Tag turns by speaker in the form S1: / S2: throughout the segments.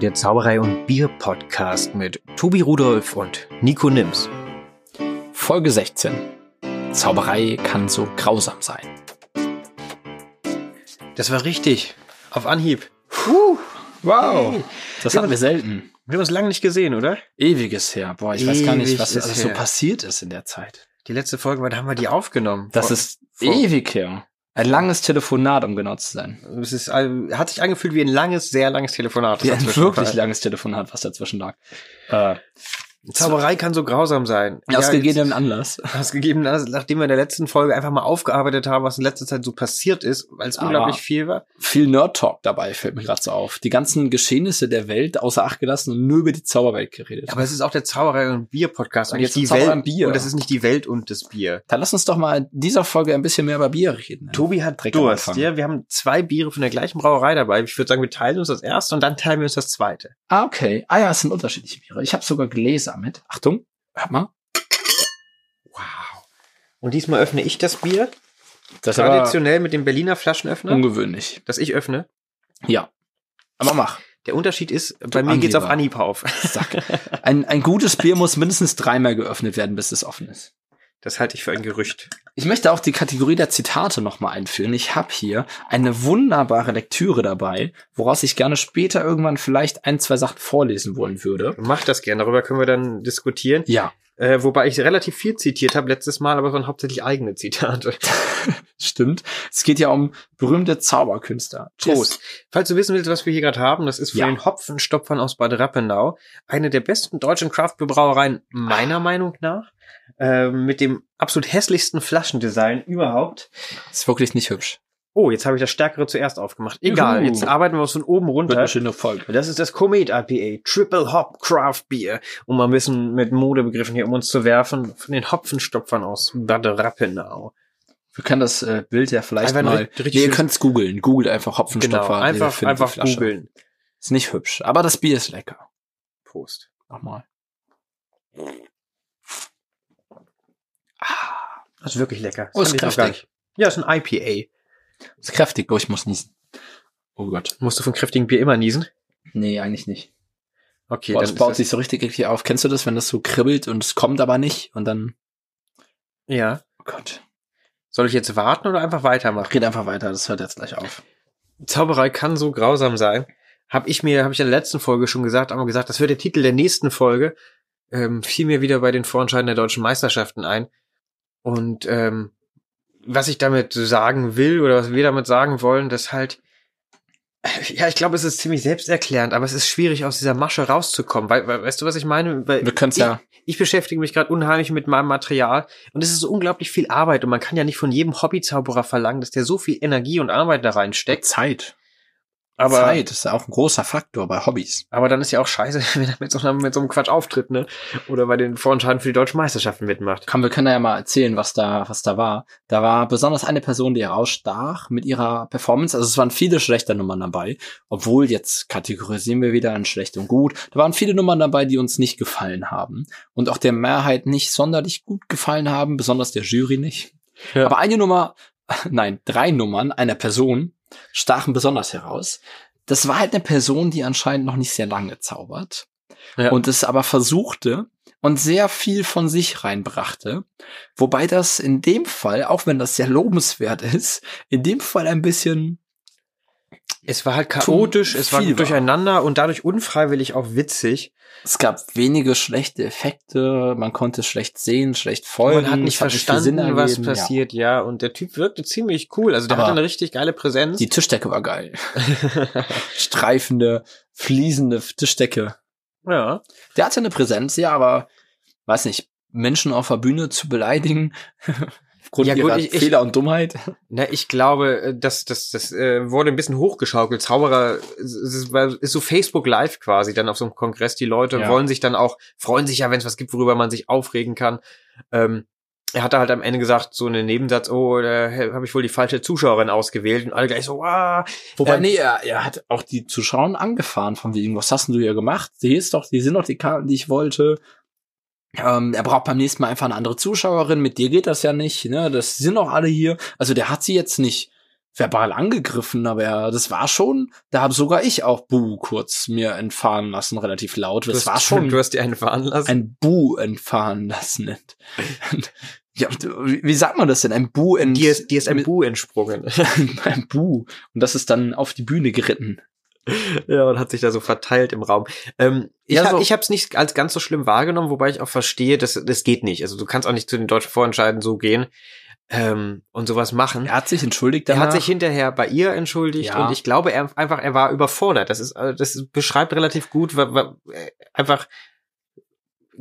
S1: der Zauberei und Bier Podcast mit Tobi Rudolf und Nico Nims.
S2: Folge 16. Zauberei kann so grausam sein.
S1: Das war richtig. Auf Anhieb.
S2: Puh, wow. Das hatten wir selten.
S1: Wir haben uns lange nicht gesehen, oder?
S2: Ewiges her. Boah, ich weiß gar nicht, was
S1: Ewiges
S2: alles so
S1: her.
S2: passiert ist in der Zeit.
S1: Die letzte Folge, wann haben wir die aufgenommen?
S2: Das
S1: Vor-
S2: ist
S1: vor-
S2: ewig her. Ein langes Telefonat, um genau zu sein.
S1: Es ist, äh, hat sich angefühlt wie ein langes, sehr langes Telefonat.
S2: Wie ein
S1: Dazwischen.
S2: wirklich langes Telefonat, was dazwischen lag. Äh,
S1: Zauberei kann so grausam sein.
S2: aus
S1: jetzt-
S2: gegebenem Anlass.
S1: Hast gegeben, dass- nachdem wir in der letzten Folge einfach mal aufgearbeitet haben, was in letzter Zeit so passiert ist, weil es
S2: Aber-
S1: unglaublich viel war.
S2: Viel Nerd-Talk dabei, fällt mir gerade so auf. Die ganzen Geschehnisse der Welt außer Acht gelassen und nur über die Zauberwelt geredet.
S1: Aber es ist auch der Zauberei und Bier Podcast und
S2: Und
S1: nicht
S2: jetzt
S1: die
S2: Zauberer
S1: Welt
S2: und Bier.
S1: und das ist nicht die Welt und das Bier.
S2: Dann lass uns doch mal in dieser Folge ein bisschen mehr über Bier reden.
S1: Tobi hat
S2: Dreck am
S1: Durst.
S2: Anfang.
S1: Ja, wir haben zwei Biere von der gleichen Brauerei dabei. Ich würde sagen, wir teilen uns das erste und dann teilen wir uns das zweite.
S2: Ah, okay. Ah ja, es sind unterschiedliche Biere. Ich habe sogar Gläser mit. Achtung, hört mal.
S1: Wow. Und diesmal öffne ich das Bier
S2: Das
S1: traditionell mit dem Berliner Flaschenöffner,
S2: ungewöhnlich.
S1: das ich öffne.
S2: Ja. Aber mach.
S1: Der Unterschied ist, bei mir
S2: Angeber.
S1: geht's auf Anhieb auf.
S2: Sack. Ein, ein gutes Bier muss mindestens dreimal geöffnet werden, bis es offen ist.
S1: Das halte ich für ein Gerücht.
S2: Ich möchte auch die Kategorie der Zitate nochmal einführen. Ich habe hier eine wunderbare Lektüre dabei, woraus ich gerne später irgendwann vielleicht ein, zwei Sachen vorlesen wollen würde.
S1: Mach das gern, darüber können wir dann diskutieren.
S2: Ja,
S1: Äh, wobei ich relativ viel zitiert habe letztes Mal, aber es waren hauptsächlich eigene Zitate.
S2: stimmt. Es geht ja um berühmte Zauberkünstler.
S1: Prost. Falls du wissen willst, was wir hier gerade haben, das ist von
S2: Ja.
S1: den Hopfenstopfern aus Bad Rappenau. Eine der besten deutschen Craftbeer-Brauereien meiner Meinung nach. Äh, mit dem absolut hässlichsten Flaschendesign überhaupt.
S2: Ist wirklich nicht hübsch.
S1: Oh, jetzt habe ich das Stärkere zuerst aufgemacht. Egal,
S2: Juhu.
S1: jetzt arbeiten wir uns von oben
S2: Wird eine
S1: runter.
S2: schöne Folge.
S1: Das ist das Komet IPA, Triple Hop Craft Beer, um mal ein bisschen mit Modebegriffen hier um uns zu werfen, von den Hopfenstopfern aus Bad Rappenau.
S2: Wir können das äh, Bild ja vielleicht
S1: Einfach
S2: mal.
S1: richtig- richtig
S2: Nee, ihr
S1: schön-
S2: könnt's googeln. Googelt einfach Hopfenstopfer.
S1: Genau,
S2: ihr
S1: einfach,
S2: findet die
S1: einfach
S2: Flasche.
S1: googeln.
S2: Ist nicht hübsch, aber das Bier ist lecker.
S1: Prost.
S2: Nochmal.
S1: Das ist wirklich lecker.
S2: Oh, ist
S1: Fand ich noch
S2: kräftig.
S1: gar nicht. Ja, ist ein IPA.
S2: Ist kräftig, oh, ich muss niesen. Oh Gott.
S1: Musst du von kräftigem Bier immer niesen?
S2: Nee, eigentlich nicht.
S1: Okay,
S2: Boah,
S1: dann
S2: das
S1: ist
S2: baut
S1: das-
S2: sich so richtig richtig auf. Kennst du das, wenn das so kribbelt und es kommt aber nicht und dann.
S1: Ja.
S2: Oh Gott.
S1: Soll ich jetzt warten oder einfach weitermachen?
S2: Red einfach weiter, das hört jetzt gleich auf.
S1: Zauberei kann so grausam sein. Hab ich mir, habe ich in der letzten Folge schon gesagt, aber gesagt, das wird der Titel der nächsten Folge. Ähm, fiel mir wieder bei den Vorentscheiden der deutschen Meisterschaften ein. Und ähm, was ich damit sagen will oder was wir damit sagen wollen, dass halt, ja, ich glaube, es ist ziemlich selbsterklärend, aber es ist schwierig, aus dieser Masche rauszukommen. Weil, weil, weißt du, was ich meine? Weil
S2: Wir können's ja.
S1: ich beschäftige mich gerade unheimlich mit meinem Material und es ist so unglaublich viel Arbeit und man kann ja nicht von jedem Hobbyzauberer verlangen, dass der so viel Energie und Arbeit da reinsteckt.
S2: Zeit.
S1: Aber,
S2: Zeit ist ja auch ein großer Faktor bei Hobbys.
S1: aber dann ist ja auch scheiße, wenn er mit so, einem- mit so einem Quatsch auftritt, ne? Oder bei den Vorentscheiden für die deutschen Meisterschaften mitmacht.
S2: Komm, wir können ja mal erzählen, was da, was da war. Da war besonders eine Person, die herausstach mit ihrer Performance. Also es waren viele schlechte Nummern dabei, obwohl jetzt kategorisieren wir wieder an schlecht und gut. Da waren viele Nummern dabei, die uns nicht gefallen haben und auch der Mehrheit nicht sonderlich gut gefallen haben, besonders der Jury nicht.
S1: Ja.
S2: Aber eine Nummer, nein, drei Nummern einer Person stachen besonders heraus. Das war halt eine Person, die anscheinend noch nicht sehr lange zaubert
S1: Ja.
S2: und es aber versuchte und sehr viel von sich reinbrachte. Wobei das in dem Fall, auch wenn das sehr lobenswert ist, in dem Fall ein bisschen,
S1: es war halt chaotisch, es war
S2: viel war.
S1: durcheinander und dadurch unfreiwillig auch witzig.
S2: es gab wenige schlechte Effekte, man konnte schlecht sehen, schlecht folgen.
S1: Man hat nicht
S2: es hat viel Sinn
S1: verstanden, was
S2: ergeben, ja.
S1: passiert, ja. Und der Typ wirkte ziemlich cool. Also der
S2: Aber
S1: hatte eine richtig geile Präsenz.
S2: Die Tischdecke war geil. Streifende, fließende Tischdecke.
S1: ja.
S2: Der hatte eine Präsenz, ja, aber weiß nicht, Menschen auf der Bühne zu beleidigen, aufgrund
S1: Ja, gut,
S2: ihrer
S1: ich- ich-
S2: Fehler und Dummheit.
S1: Na, ich glaube, äh, das, das, das äh, wurde ein bisschen hochgeschaukelt. Zauberer es ist, ist so Facebook Live quasi dann auf so einem Kongress. Die Leute
S2: Ja.
S1: wollen sich dann auch, freuen sich ja, wenn es was gibt, worüber man sich aufregen kann. Ähm, er hatte halt am Ende gesagt, so einen Nebensatz, oh, da habe ich wohl die falsche Zuschauerin ausgewählt. Und alle gleich so, ah.
S2: Wobei,
S1: Ähm,
S2: nee, er, er hat auch die Zuschauer angefahren von wegen, was hast denn du hier gemacht? Hier ist doch, die sind doch die Karten, die ich wollte. Ähm, er braucht beim nächsten Mal einfach eine andere Zuschauerin, mit dir geht das ja nicht, ne? Das sind doch alle hier. Also der hat sie jetzt nicht verbal angegriffen, aber das war schon, da habe sogar ich auch Bu kurz mir entfahren lassen, relativ laut.
S1: Du hast,
S2: Das war schon
S1: Du hast dir einen fahren lassen.
S2: ein Bu entfahren lassen. ja, wie wie sagt man das denn? Ein Bu ent
S1: dir, ist, dir ist ein Bu entsprungen.
S2: ein Bu und das ist dann auf die Bühne geritten.
S1: ja, und hat sich da so verteilt im Raum. Ähm, ich
S2: Ja,
S1: hab-
S2: so-
S1: ich habe es nicht als ganz so schlimm wahrgenommen, wobei ich auch verstehe, dass das geht nicht. Also du kannst auch nicht zu den deutschen Vorentscheiden so gehen ähm, und sowas machen.
S2: Er hat sich entschuldigt.
S1: Er
S2: Danach.
S1: hat sich hinterher bei ihr entschuldigt
S2: Ja.
S1: und ich glaube er, einfach, er war überfordert. Das ist, äh, das beschreibt relativ gut, wa- wa- äh, einfach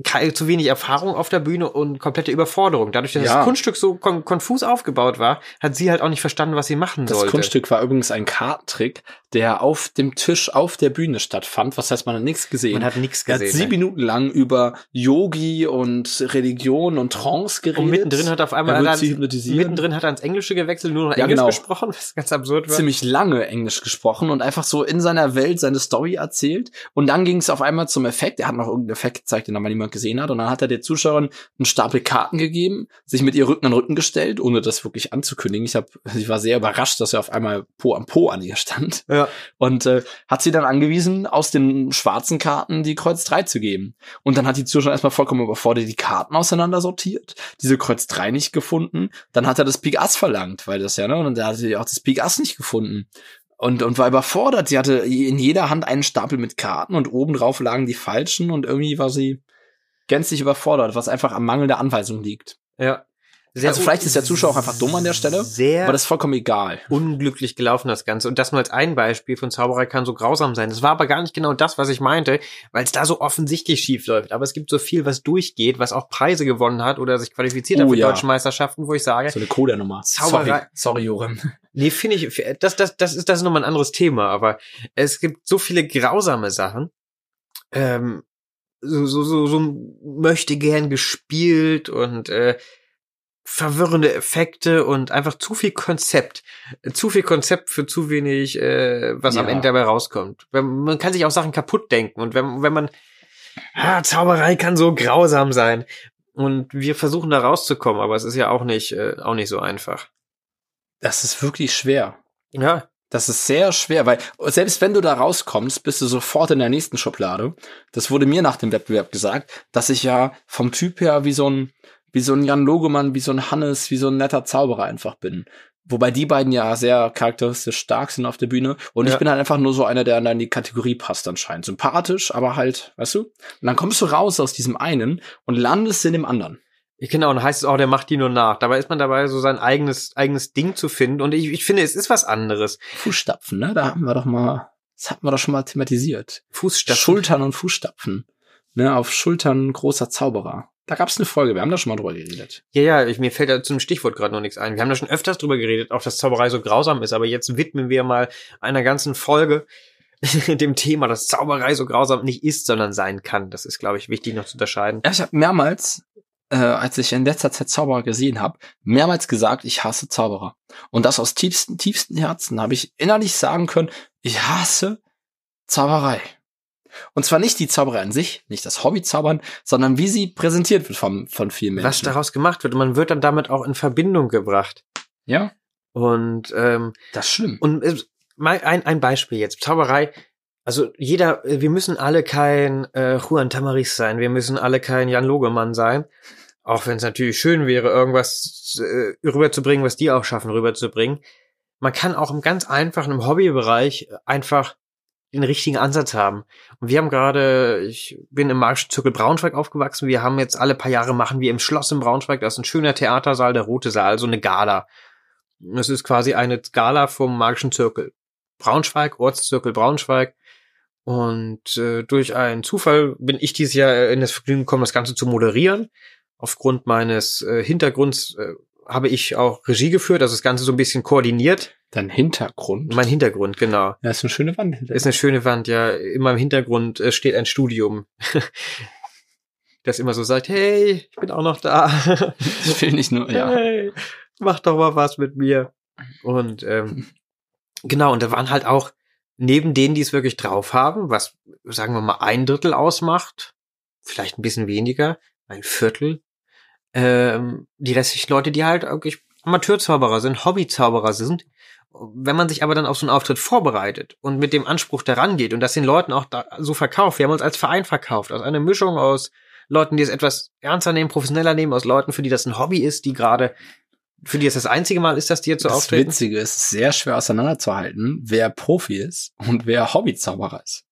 S1: kei- zu wenig Erfahrung auf der Bühne und komplette Überforderung. Dadurch, dass
S2: Ja.
S1: das Kunststück so kon konfus aufgebaut war, hat sie halt auch nicht verstanden, was sie machen
S2: Das
S1: sollte.
S2: Kunststück war übrigens ein Kartentrick, der auf dem Tisch auf der Bühne stattfand. Was heißt, man hat nichts gesehen.
S1: Man hat nichts
S2: er hat
S1: gesehen.
S2: sieben
S1: ne?
S2: Minuten lang über Yogi und Religion und Trance geredet.
S1: Und mittendrin hat auf einmal
S2: er wird
S1: hat
S2: sie
S1: er-
S2: hypnotisieren.
S1: mittendrin hat er ins Englische gewechselt, nur noch Englisch
S2: Ja, genau.
S1: gesprochen, was ganz absurd war.
S2: ziemlich lange Englisch gesprochen und einfach so in seiner Welt seine Story erzählt. Und dann ging es auf einmal zum Effekt. Er hat noch irgendeinen Effekt gezeigt, den aber niemand gesehen hat. Und dann hat er der Zuschauerin einen Stapel Karten gegeben, sich mit ihr Rücken an Rücken gestellt, ohne das wirklich anzukündigen. Ich, hab, ich war sehr überrascht, dass er auf einmal Po am Po an ihr stand.
S1: Ja.
S2: Und äh, hat sie dann angewiesen, aus den schwarzen Karten die Kreuz 3 zu geben. Und dann hat die Zuschauer erstmal vollkommen überfordert die Karten auseinandersortiert, diese Kreuz 3 nicht gefunden. Dann hat er das Pik Ass verlangt, weil das ja, ne? Und da hat sie auch das Pik Ass nicht gefunden. Und, und war überfordert. Sie hatte in jeder Hand einen Stapel mit Karten und obendrauf lagen die falschen und irgendwie war sie gänzlich überfordert, was einfach am Mangel der Anweisung liegt.
S1: Ja. Sehr
S2: Also vielleicht ist der Zuschauer auch einfach dumm an der Stelle,
S1: Sehr
S2: Aber das ist vollkommen egal.
S1: unglücklich gelaufen, das Ganze. Und das nur als ein Beispiel von Zauberer kann so grausam sein. Das war aber gar nicht genau das, was ich meinte, weil es da so offensichtlich schief läuft. Aber es gibt so viel, was durchgeht, was auch Preise gewonnen hat oder sich qualifiziert hat
S2: Oh,
S1: für
S2: ja.
S1: deutsche Meisterschaften, wo ich sage,
S2: So eine Coda-Nummer.
S1: Zauberei.
S2: Sorry, sorry, Jorim.
S1: Nee, finde ich, das, das, das ist, das ist nochmal ein anderes Thema, aber es gibt so viele grausame Sachen. Ähm, so, so, so, so möchte gern gespielt und äh, verwirrende Effekte und einfach zu viel Konzept. Zu viel Konzept für zu wenig, äh, was am
S2: Ja.
S1: Ende dabei rauskommt. Wenn- Man kann sich auch Sachen kaputt denken und wenn, wenn man, ah, Zauberei kann so grausam sein. Und wir versuchen da rauszukommen, aber es ist ja auch nicht, äh, auch nicht so einfach.
S2: Das ist wirklich schwer.
S1: Ja,
S2: Das ist sehr schwer, weil selbst wenn du da rauskommst, bist du sofort in der nächsten Schublade. Das wurde mir nach dem Wettbewerb gesagt, dass ich ja vom Typ her wie so ein, wie so ein Jan Logemann, wie so ein Hannes, wie so ein netter Zauberer einfach bin. Wobei die beiden ja sehr charakteristisch stark sind auf der Bühne. Und
S1: Ja.
S2: ich bin halt einfach nur so einer, der dann in die Kategorie passt anscheinend. Sympathisch, aber halt, weißt du? Und dann kommst du raus aus diesem einen und landest in dem anderen.
S1: Ja, Genau, und heißt es auch, der macht die nur nach. Dabei ist man dabei, so sein eigenes, eigenes Ding zu finden. Und ich, ich finde, es ist was anderes.
S2: Fußstapfen, ne? Da haben wir doch mal, das hatten wir doch schon mal thematisiert.
S1: Fußstapfen.
S2: Schultern und Fußstapfen. Ne, auf Schultern großer Zauberer. Da gab's eine Folge, wir haben da schon mal drüber geredet.
S1: Ja, ja, ich, mir fällt da zum Stichwort gerade noch nichts ein. Wir haben da schon öfters drüber geredet, auch dass Zauberei so grausam ist. Aber jetzt widmen wir mal einer ganzen Folge dem Thema, dass Zauberei so grausam nicht ist, sondern sein kann. Das ist, glaube ich, wichtig noch zu unterscheiden.
S2: Ja, ich habe mehrmals, äh, als ich in letzter Zeit Zauberer gesehen habe, mehrmals gesagt, ich hasse Zauberer. Und das aus tiefsten, tiefsten Herzen habe ich innerlich sagen können, ich hasse Zauberei. Und zwar nicht die Zauberei an sich, nicht das Hobbyzaubern, sondern wie sie präsentiert wird vom, von vielen Menschen.
S1: Was daraus gemacht wird. Und man wird dann damit auch in Verbindung gebracht.
S2: ja,
S1: Und ähm,
S2: das ist schlimm.
S1: Und es- mal ein, ein Beispiel jetzt, Zauberei. Also jeder, äh, wir müssen alle kein äh, Juan Tamariz sein, wir müssen alle kein Jan Logemann sein. Auch wenn es natürlich schön wäre, irgendwas äh, rüberzubringen, was die auch schaffen, rüberzubringen. Man kann auch im ganz einfachen, im Hobbybereich einfach den richtigen Ansatz haben. Und wir haben gerade, ich bin im Marktschen Zirkel Braunschweig aufgewachsen, wir haben jetzt alle paar Jahre machen wir im Schloss in Braunschweig, das ist ein schöner Theatersaal, der Rote Saal, so eine Gala. Es ist quasi eine Skala vom magischen Zirkel. Braunschweig, Ortszirkel Braunschweig. Und äh, durch einen Zufall bin ich dieses Jahr äh, in das Vergnügen gekommen, das Ganze zu moderieren. Aufgrund meines äh, Hintergrunds äh, habe ich auch Regie geführt, also das Ganze so ein bisschen koordiniert.
S2: Dein Hintergrund.
S1: Mein Hintergrund, genau.
S2: Ja, ist eine schöne Wand. hinter-
S1: Ist eine schöne Wand, ja. Immer im Hintergrund äh, steht ein Studium, das immer so sagt, hey, ich bin auch noch da.
S2: Ich will nicht nur, ja.
S1: hey, mach doch mal was mit mir. Und ähm, genau, und da waren halt auch neben denen, die es wirklich drauf haben, was sagen wir mal ein Drittel ausmacht, vielleicht ein bisschen weniger, ein Viertel, ähm, die restlichen Leute, die halt wirklich Amateurzauberer sind, Hobbyzauberer sind Wenn man sich aber dann auf so einen Auftritt vorbereitet und mit dem Anspruch daran geht und das den Leuten auch da so verkauft, wir haben uns als Verein verkauft, aus einer Mischung aus Leuten, die es etwas ernster nehmen, professioneller nehmen, aus Leuten, für die das ein Hobby ist, die gerade, für die es das einzige Mal ist, dass die jetzt so
S3: das
S1: auftreten.
S3: Witzige ist, es ist sehr schwer auseinanderzuhalten, wer Profi ist und wer Hobbyzauberer ist.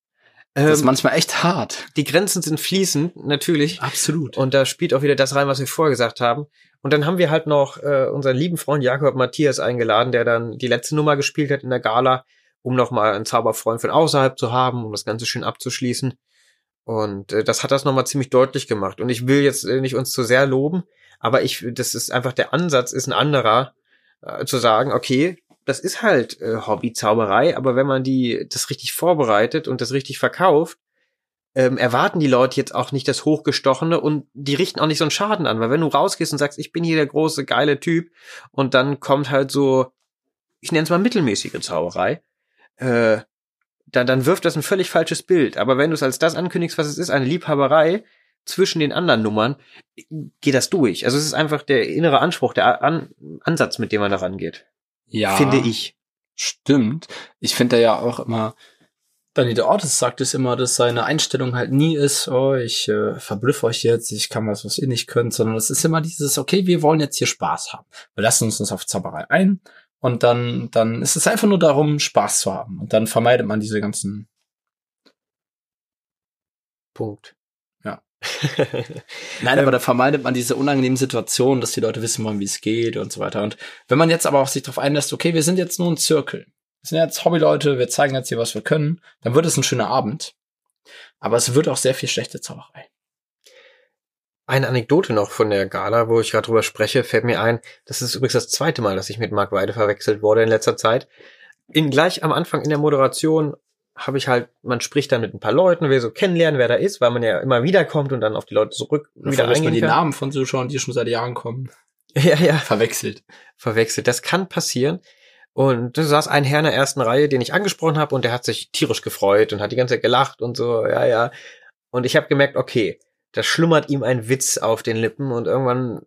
S3: Das ist
S1: Ähm,
S3: manchmal echt hart.
S1: die Grenzen sind fließend, natürlich.
S3: Absolut.
S1: Und da spielt auch wieder das rein, was wir vorher gesagt haben. Und dann haben wir halt noch äh, unseren lieben Freund Jakob Matthias eingeladen, der dann die letzte Nummer gespielt hat in der Gala, um nochmal einen Zauberfreund von außerhalb zu haben, um das Ganze schön abzuschließen. Und äh, das hat das nochmal ziemlich deutlich gemacht. Und ich will jetzt äh, nicht uns zu sehr loben, aber ich, das ist einfach der Ansatz, ist ein anderer, äh, zu sagen, okay, das ist halt äh, Hobbyzauberei, aber wenn man die das richtig vorbereitet und das richtig verkauft, ähm, erwarten die Leute jetzt auch nicht das Hochgestochene und die richten auch nicht so einen Schaden an, weil wenn du rausgehst und sagst, ich bin hier der große, geile Typ und dann kommt halt so, ich nenne es mal mittelmäßige Zauberei, äh, dann, dann wirft das ein völlig falsches Bild. Aber wenn du es als das ankündigst, was es ist, eine Liebhaberei zwischen den anderen Nummern, geht das durch. Also es ist einfach der innere Anspruch, der an Ansatz, mit dem man da rangeht,
S3: ja,
S1: finde ich.
S3: Stimmt. Ich finde da ja auch immer,
S2: Danny der Ortis sagt es immer, dass seine Einstellung halt nie ist, oh, ich äh, verblüffe euch jetzt, ich kann was, was ihr nicht könnt, sondern es ist immer dieses, okay, wir wollen jetzt hier Spaß haben. Wir lassen uns uns auf Zauberei ein und dann, dann ist es einfach nur darum, Spaß zu haben. Und dann vermeidet man diese ganzen,
S1: Punkt.
S2: Ja.
S3: nein,
S1: Ähm,
S3: aber da
S2: vermeidet man diese unangenehmen Situationen, dass die Leute wissen wollen, wie es geht und so weiter. Und wenn man jetzt aber auch sich darauf einlässt, okay, wir sind jetzt nur ein Zirkel. Wir sind jetzt Hobbyleute, wir zeigen jetzt hier, was wir können, dann wird es ein schöner Abend. Aber es wird auch sehr viel schlechte Zauberei.
S1: Eine Anekdote noch von der Gala, wo ich gerade drüber spreche, fällt mir ein. Das ist übrigens das zweite Mal, dass ich mit Mark Weide verwechselt wurde in letzter Zeit. In, gleich am Anfang in der Moderation habe ich halt, man spricht dann mit ein paar Leuten, will so kennenlernen, wer da ist, weil man ja immer wiederkommt und dann auf die Leute zurück
S2: Dann
S1: wieder
S2: vergisst man
S1: eingehen
S2: die
S1: kann.
S2: Namen von Zuschauern, die schon seit Jahren kommen.
S1: Ja, ja.
S2: Verwechselt.
S1: verwechselt. Das kann passieren. Und da saß ein Herr in der ersten Reihe, den ich angesprochen habe, und der hat sich tierisch gefreut und hat die ganze Zeit gelacht und so, ja, ja. Und ich habe gemerkt, okay, da schlummert ihm ein Witz auf den Lippen und irgendwann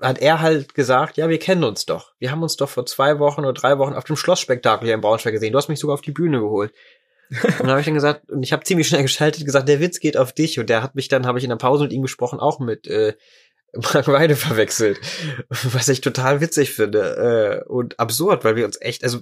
S1: hat er halt gesagt, ja, wir kennen uns doch. Wir haben uns doch vor zwei Wochen oder drei Wochen auf dem Schlossspektakel hier in Braunschweig gesehen. Du hast mich sogar auf die Bühne geholt. Und dann habe ich dann gesagt, und ich habe ziemlich schnell geschaltet, gesagt, der Witz geht auf dich. Und der hat mich dann, habe ich in der Pause mit ihm gesprochen, auch mit äh, Mark Weide verwechselt. Was ich total witzig finde äh, und absurd, weil wir uns echt, also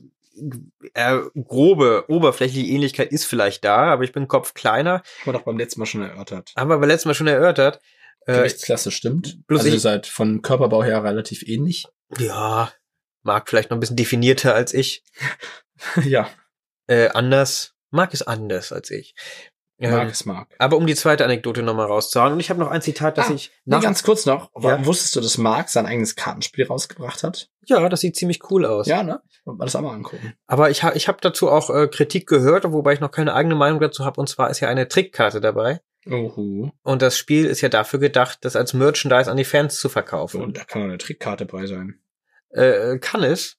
S1: äh, grobe, oberflächliche Ähnlichkeit ist vielleicht da, aber ich bin Kopf kleiner,
S2: Haben wir doch beim letzten Mal schon erörtert.
S1: haben wir aber letztes Mal schon erörtert. Äh,
S2: Gewichtsklasse stimmt.
S1: bloß
S2: also ihr
S1: ich-
S2: seid von Körperbau her relativ ähnlich.
S1: ja, Marc vielleicht noch ein bisschen definierter als ich.
S2: ja,
S1: Äh, anders. Marc ist anders als ich. Ähm,
S2: mag es mag.
S1: aber um die zweite Anekdote nochmal rauszuhauen. Und ich habe noch ein Zitat, das
S2: Ah,
S1: ich
S2: Nee,
S1: nach
S2: ganz kurz noch.
S1: Ja.
S2: Wusstest du, dass Mark sein eigenes Kartenspiel rausgebracht hat?
S1: Ja, das sieht ziemlich cool aus.
S2: Ja, ne? Wollt man das auch mal angucken.
S1: Aber ich, ha ich habe dazu auch äh, Kritik gehört, wobei ich noch keine eigene Meinung dazu habe. Und zwar ist ja eine Trickkarte dabei.
S2: Uhu.
S1: Und das Spiel ist ja dafür gedacht, das als Merchandise an die Fans zu verkaufen.
S2: Und da kann auch eine Trickkarte bei sein.
S1: äh, kann es.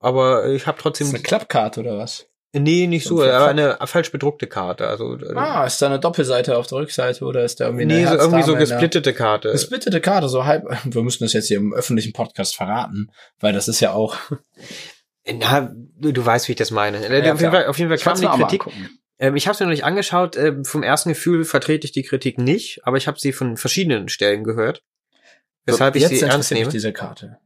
S1: Aber ich habe
S2: Ist das
S1: trotzdem.
S2: eine Klappkarte oder was?
S1: Nee, nicht so.
S2: Ein
S1: Aber
S2: Ver-
S1: eine falsch bedruckte Karte. Also, äh,
S2: Ah, ist da eine Doppelseite auf der Rückseite oder ist da irgendwie eine
S1: nee, so, irgendwie so
S2: Herzdame ne? in der-
S1: gesplittete Karte.
S2: Gesplittete Karte, so halb. Wir müssen das jetzt hier im öffentlichen Podcast verraten, weil das ist ja auch.
S1: Äh, Na, du du weißt, wie ich das meine. Äh,
S2: Ja,
S1: auf, jeden
S2: klar.
S1: Fall, auf jeden Fall kam
S2: kann's
S1: die
S2: mir auch mal
S1: Kritik.
S2: angucken.
S1: Ähm, ich habe es mir noch nicht angeschaut. Ähm, vom ersten Gefühl vertrete ich die Kritik nicht, aber ich habe sie von verschiedenen Stellen gehört. Weshalb ich
S2: jetzt
S1: sie ernst
S2: interessiert mich
S1: nehme.
S2: diese Karte.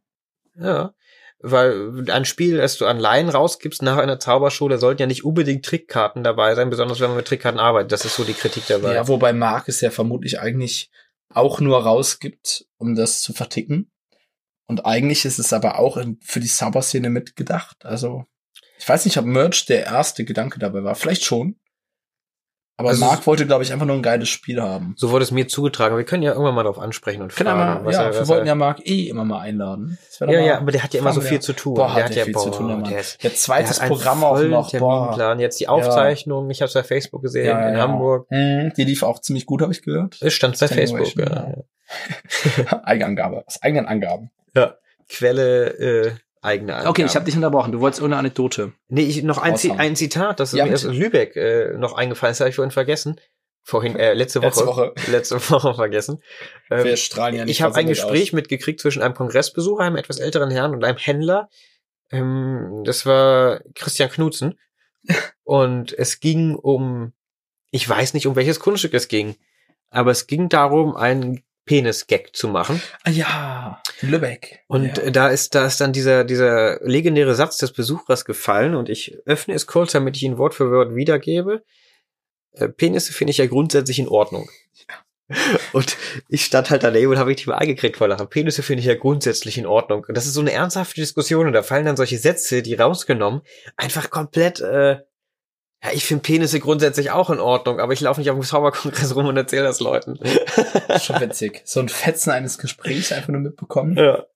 S1: Ja. Weil ein Spiel, das du an Laien rausgibst nach einer Zauberschule, sollten ja nicht unbedingt Trickkarten dabei sein, besonders wenn man mit Trickkarten arbeitet. Das ist so die Kritik dabei.
S2: Ja, wobei Mark es ja vermutlich eigentlich auch nur rausgibt, um das zu verticken. Und eigentlich ist es aber auch in, für die Zauberszene mitgedacht. Also, ich weiß nicht, ob Merch der erste Gedanke dabei war. Vielleicht schon. Aber
S1: Also
S2: Mark
S1: es-
S2: wollte, glaube ich, einfach nur ein geiles Spiel haben.
S1: So wurde es mir zugetragen. Wir können ja irgendwann mal darauf ansprechen und
S2: Können wir
S1: fragen.
S2: mal, ja,
S1: er-
S2: wir
S1: was
S2: wollten ja
S1: er,
S2: Mark eh immer mal einladen. Das wär doch
S1: ja,
S2: mal-
S1: ja, aber der hat ja immer so
S2: fragen
S1: viel
S2: wir.
S1: zu tun.
S2: Boah,
S1: der
S2: hat der viel zu tun, der
S1: boah,
S2: Mann.
S1: der ist,
S2: Jetzt zweites
S1: der hat einen
S2: Programm auch
S1: vollen
S2: noch. Boah.
S1: Terminplan. Jetzt die Aufzeichnung. Ich habe es bei Facebook gesehen
S2: Ja,
S1: in
S2: ja.
S1: Hamburg.
S2: Mhm, Die lief auch ziemlich gut, habe ich gehört.
S1: Es stand bei
S2: Extenuation,
S1: Facebook. Ja.
S2: Eigenangabe, aus eigenen Angaben.
S1: Quelle äh, eigene Angaben.
S3: Okay, ich habe dich unterbrochen. Du wolltest irgendeine Anekdote.
S1: Nee, ich, noch ein, Zi
S2: Aushauen.
S1: ein Zitat, das
S2: Ja,
S1: mir erst
S2: bitte.
S1: aus Lübeck äh, noch eingefallen ist, habe ich vorhin vergessen. Vorhin, äh, letzte Woche.
S2: Letzte Woche.
S1: Letzte Woche vergessen. Ähm,
S2: Wir strahlen ja nicht
S1: ich habe ein
S2: versemmelt
S1: Gespräch
S2: aus.
S1: mitgekriegt zwischen einem Kongressbesucher, einem etwas älteren Herrn und einem Händler, Ähm, das war Christian Knutzen. Und es ging um, ich weiß nicht, um welches Kunststück es ging, aber es ging darum, einen Penis-Gag zu machen.
S2: Ah ja, Lübeck.
S1: Und
S2: ja.
S1: äh, da ist, da ist dann dieser, dieser legendäre Satz des Besuchers gefallen und ich öffne es kurz, damit ich ihn Wort für Wort wiedergebe. Äh, Penisse finde ich ja grundsätzlich in Ordnung. Und ich stand halt daneben und habe richtig mal eingekriegt vor Lachen. Penisse finde ich ja grundsätzlich in Ordnung. Und das ist so eine ernsthafte Diskussion und da fallen dann solche Sätze, die rausgenommen, einfach komplett, äh, ja, ich finde Penisse grundsätzlich auch in Ordnung, aber ich laufe nicht auf dem Zauberkongress rum und erzähle das Leuten. äh,
S2: schon witzig. So ein Fetzen eines Gesprächs einfach nur mitbekommen.
S1: Ja.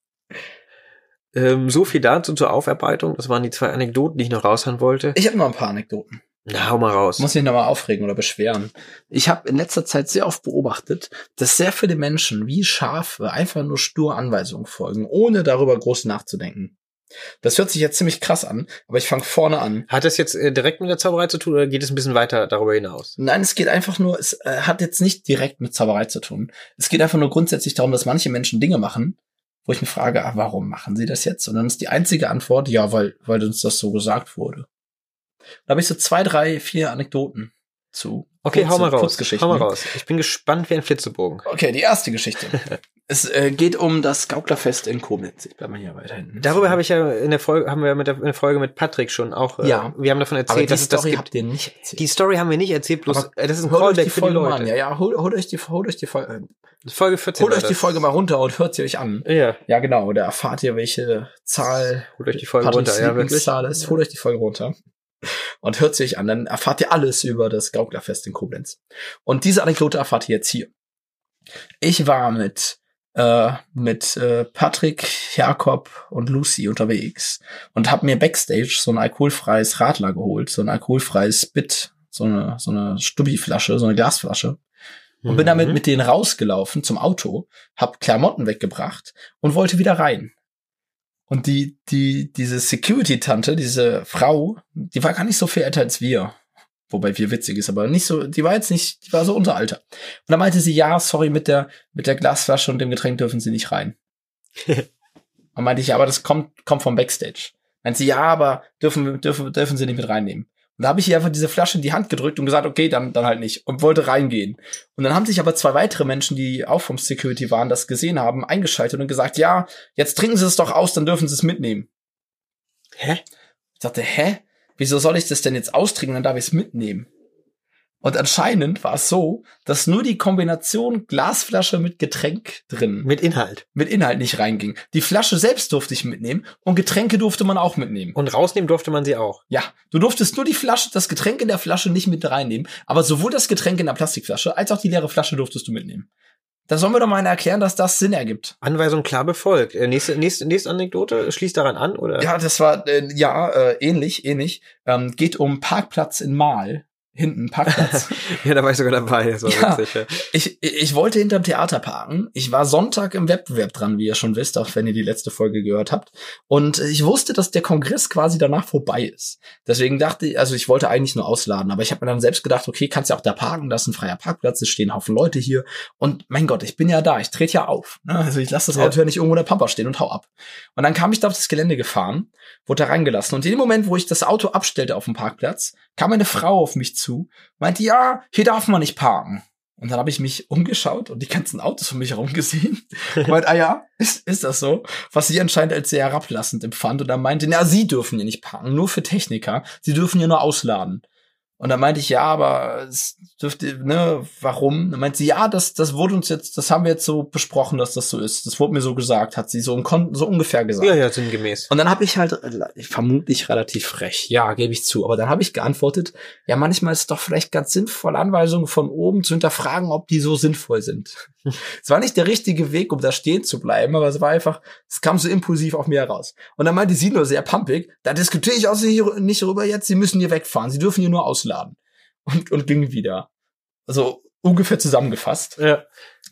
S1: Ähm, so viel dazu zur Aufarbeitung. Das waren die zwei Anekdoten, die ich noch raushauen wollte.
S2: Ich habe noch ein paar Anekdoten.
S1: Na, hau mal raus.
S2: Muss mich nochmal aufregen oder beschweren. Ich habe in letzter Zeit sehr oft beobachtet, dass sehr viele Menschen wie Schafe einfach nur stur Anweisungen folgen, ohne darüber groß nachzudenken. Das hört sich jetzt ziemlich krass an, aber ich fange vorne an.
S1: Hat das jetzt äh, direkt mit der Zauberei zu tun oder geht es ein bisschen weiter darüber hinaus?
S2: Nein, es geht einfach nur, es äh, hat jetzt nicht direkt mit Zauberei zu tun. Es geht einfach nur grundsätzlich darum, dass manche Menschen Dinge machen, wo ich mich frage, ah, warum machen sie das jetzt? Und dann ist die einzige Antwort, ja, weil, weil uns das so gesagt wurde. Da habe ich so zwei, drei, vier Anekdoten zu.
S1: Okay, hau mal raus.
S2: Kurzgeschichten.
S1: Hau mal raus. Ich bin gespannt wie ein Flitzebogen.
S2: Okay, die erste Geschichte. es äh, geht um das Gauklerfest in Koblenz. Ich bleib mal hier weiter hinten.
S1: Darüber habe ich ja in der Folge, haben wir mit der, in der Folge mit Patrick schon auch, äh,
S2: Ja.
S1: wir haben davon
S2: aber die
S1: erzählt, dass es das
S2: Story
S1: gibt.
S2: habt ihr nicht erzählt.
S1: Die Story haben wir nicht erzählt, bloß
S2: Aber
S1: äh, das ist ein
S2: Hört euch
S1: Callback
S2: die
S1: für die
S2: Folge mal
S1: Leute.
S2: an. Ja, ja, holt, holt euch die, holt euch die Folge,
S1: Folge 14
S2: holt
S1: war
S2: euch die
S1: das.
S2: Folge mal runter und hört sie euch an.
S1: Ja,
S2: Ja, genau. Da erfahrt ihr, welche Zahl
S1: holt euch die Folge
S2: Patricks
S1: runter. Ja, wirklich.
S2: Lieblingszahl ist. Holt euch die Folge runter. Und hört sie euch an. Dann erfahrt ihr alles über das Gauklerfest in Koblenz. Und diese Anekdote erfahrt ihr jetzt hier. Ich war mit, äh, mit äh, Patrick, Jakob und Lucy unterwegs und habe mir Backstage so ein alkoholfreies Radler geholt, so ein alkoholfreies Bit, so eine, so eine Stubbi-Flasche, so eine Glasflasche und bin damit
S1: Mhm.
S2: mit denen rausgelaufen zum Auto, hab Klamotten weggebracht und wollte wieder rein. Und die, die, diese Security-Tante, diese Frau, die war gar nicht so viel älter als wir. Wobei wir witzig ist, aber nicht so, die war jetzt nicht, die war so unser Alter. Und dann meinte sie, ja, sorry, mit der, mit der Glasflasche und dem Getränk dürfen sie nicht rein. und meinte ich, ja, aber das kommt, kommt vom Backstage. Meinte sie, ja, aber dürfen, dürfen, dürfen sie nicht mit reinnehmen. Und da habe ich ihr einfach diese Flasche in die Hand gedrückt und gesagt, okay, dann, dann halt nicht. Und wollte reingehen. Und dann haben sich aber zwei weitere Menschen, die auch vom Security waren, das gesehen haben, eingeschaltet und gesagt, ja, jetzt trinken sie es doch aus, dann dürfen sie es mitnehmen.
S1: Hä?
S2: Ich dachte, hä? Wieso soll ich das denn jetzt austrinken, dann darf ich es mitnehmen? Und anscheinend war es so, dass nur die Kombination Glasflasche mit Getränk drin
S1: Mit Inhalt.
S2: mit Inhalt nicht reinging. Die Flasche selbst durfte ich mitnehmen und Getränke durfte man auch mitnehmen.
S1: Und rausnehmen durfte man sie auch.
S2: Ja, du durftest nur die Flasche, das Getränk in der Flasche nicht mit reinnehmen, aber sowohl das Getränk in der Plastikflasche als auch die leere Flasche durftest du mitnehmen. Da sollen wir doch mal einer erklären, dass das Sinn ergibt.
S1: Anweisung klar befolgt. Äh, nächste, nächste, nächste Anekdote schließt daran an, oder?
S2: Ja, das war äh, ja äh, ähnlich, ähnlich. Ähm, geht um Parkplatz in Mahl. Hinten Parkplatz.
S1: ja da war ich sogar dabei. Das war
S2: Ja.
S1: witzig. Ja.
S2: ich, ich ich wollte hinterm Theater parken. Ich war Sonntag im Wettbewerb dran, wie ihr schon wisst, auch wenn ihr die letzte Folge gehört habt. Und ich wusste, dass der Kongress quasi danach vorbei ist. Deswegen dachte ich, also ich wollte eigentlich nur ausladen, aber ich habe mir dann selbst gedacht, okay, kannst ja auch da parken, da ist ein freier Parkplatz, es stehen Haufen Leute hier. Und mein Gott, ich bin ja da, ich trete ja auf. ne? Also ich lasse das
S1: Ja.
S2: Auto ja nicht irgendwo in der Pampa stehen und hau ab. Und dann kam ich da auf das Gelände gefahren, wurde da reingelassen. Und in dem Moment, wo ich das Auto abstellte auf dem Parkplatz, kam eine Frau auf mich zu, meinte, ja, hier darf man nicht parken. Und dann habe ich mich umgeschaut und die ganzen Autos um mich herum gesehen. Und meinte, ah ja, ist, ist das so? Was sie anscheinend als sehr herablassend empfand. Und dann meinte, na, sie dürfen hier nicht parken, nur für Techniker. Sie dürfen hier nur ausladen. Und dann meinte ich, ja, aber es dürfte, ne, warum? Dann meinte sie, ja, das, das wurde uns jetzt, das haben wir jetzt so besprochen, dass das so ist. Das wurde mir so gesagt, hat sie so, im Kon- so ungefähr gesagt.
S1: ja, ja, sinngemäß.
S2: Und dann habe ich halt äh, vermutlich relativ frech, ja, gebe ich zu, aber dann habe ich geantwortet, ja, manchmal ist es doch vielleicht ganz sinnvoll, Anweisungen von oben zu hinterfragen, ob die so sinnvoll sind. es war nicht der richtige Weg, um da stehen zu bleiben, aber es war einfach, es kam so impulsiv auf mir heraus. Und dann meinte sie nur sehr pumpig, da diskutiere ich auch nicht- nicht rüber jetzt, sie müssen hier wegfahren, sie dürfen hier nur ausladen. Und, und ging wieder. Also ungefähr zusammengefasst.
S1: Ja.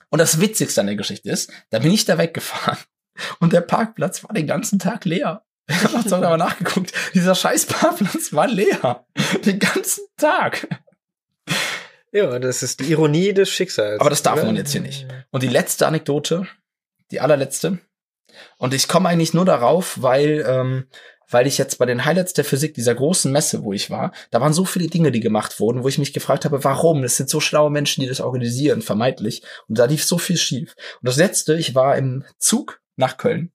S2: Und das Witzigste an der Geschichte ist, da bin ich da weggefahren und der Parkplatz war den ganzen Tag leer. Ich habe nachts aber nachgeguckt, dieser scheiß Parkplatz war leer. Den ganzen Tag.
S1: ja, das ist die Ironie des Schicksals. ne?
S2: Aber das darf
S1: oder?
S2: man jetzt hier nicht. Und die letzte Anekdote, die allerletzte. Und ich komme eigentlich nur darauf, weil, ähm,
S4: weil ich jetzt bei den Highlights der Physik dieser großen Messe, wo ich war, da waren so viele Dinge, die gemacht wurden, wo ich mich gefragt habe, warum? Das sind so schlaue Menschen, die das organisieren, vermeintlich. Und da lief so viel schief. Und das letzte, ich war im Zug nach Köln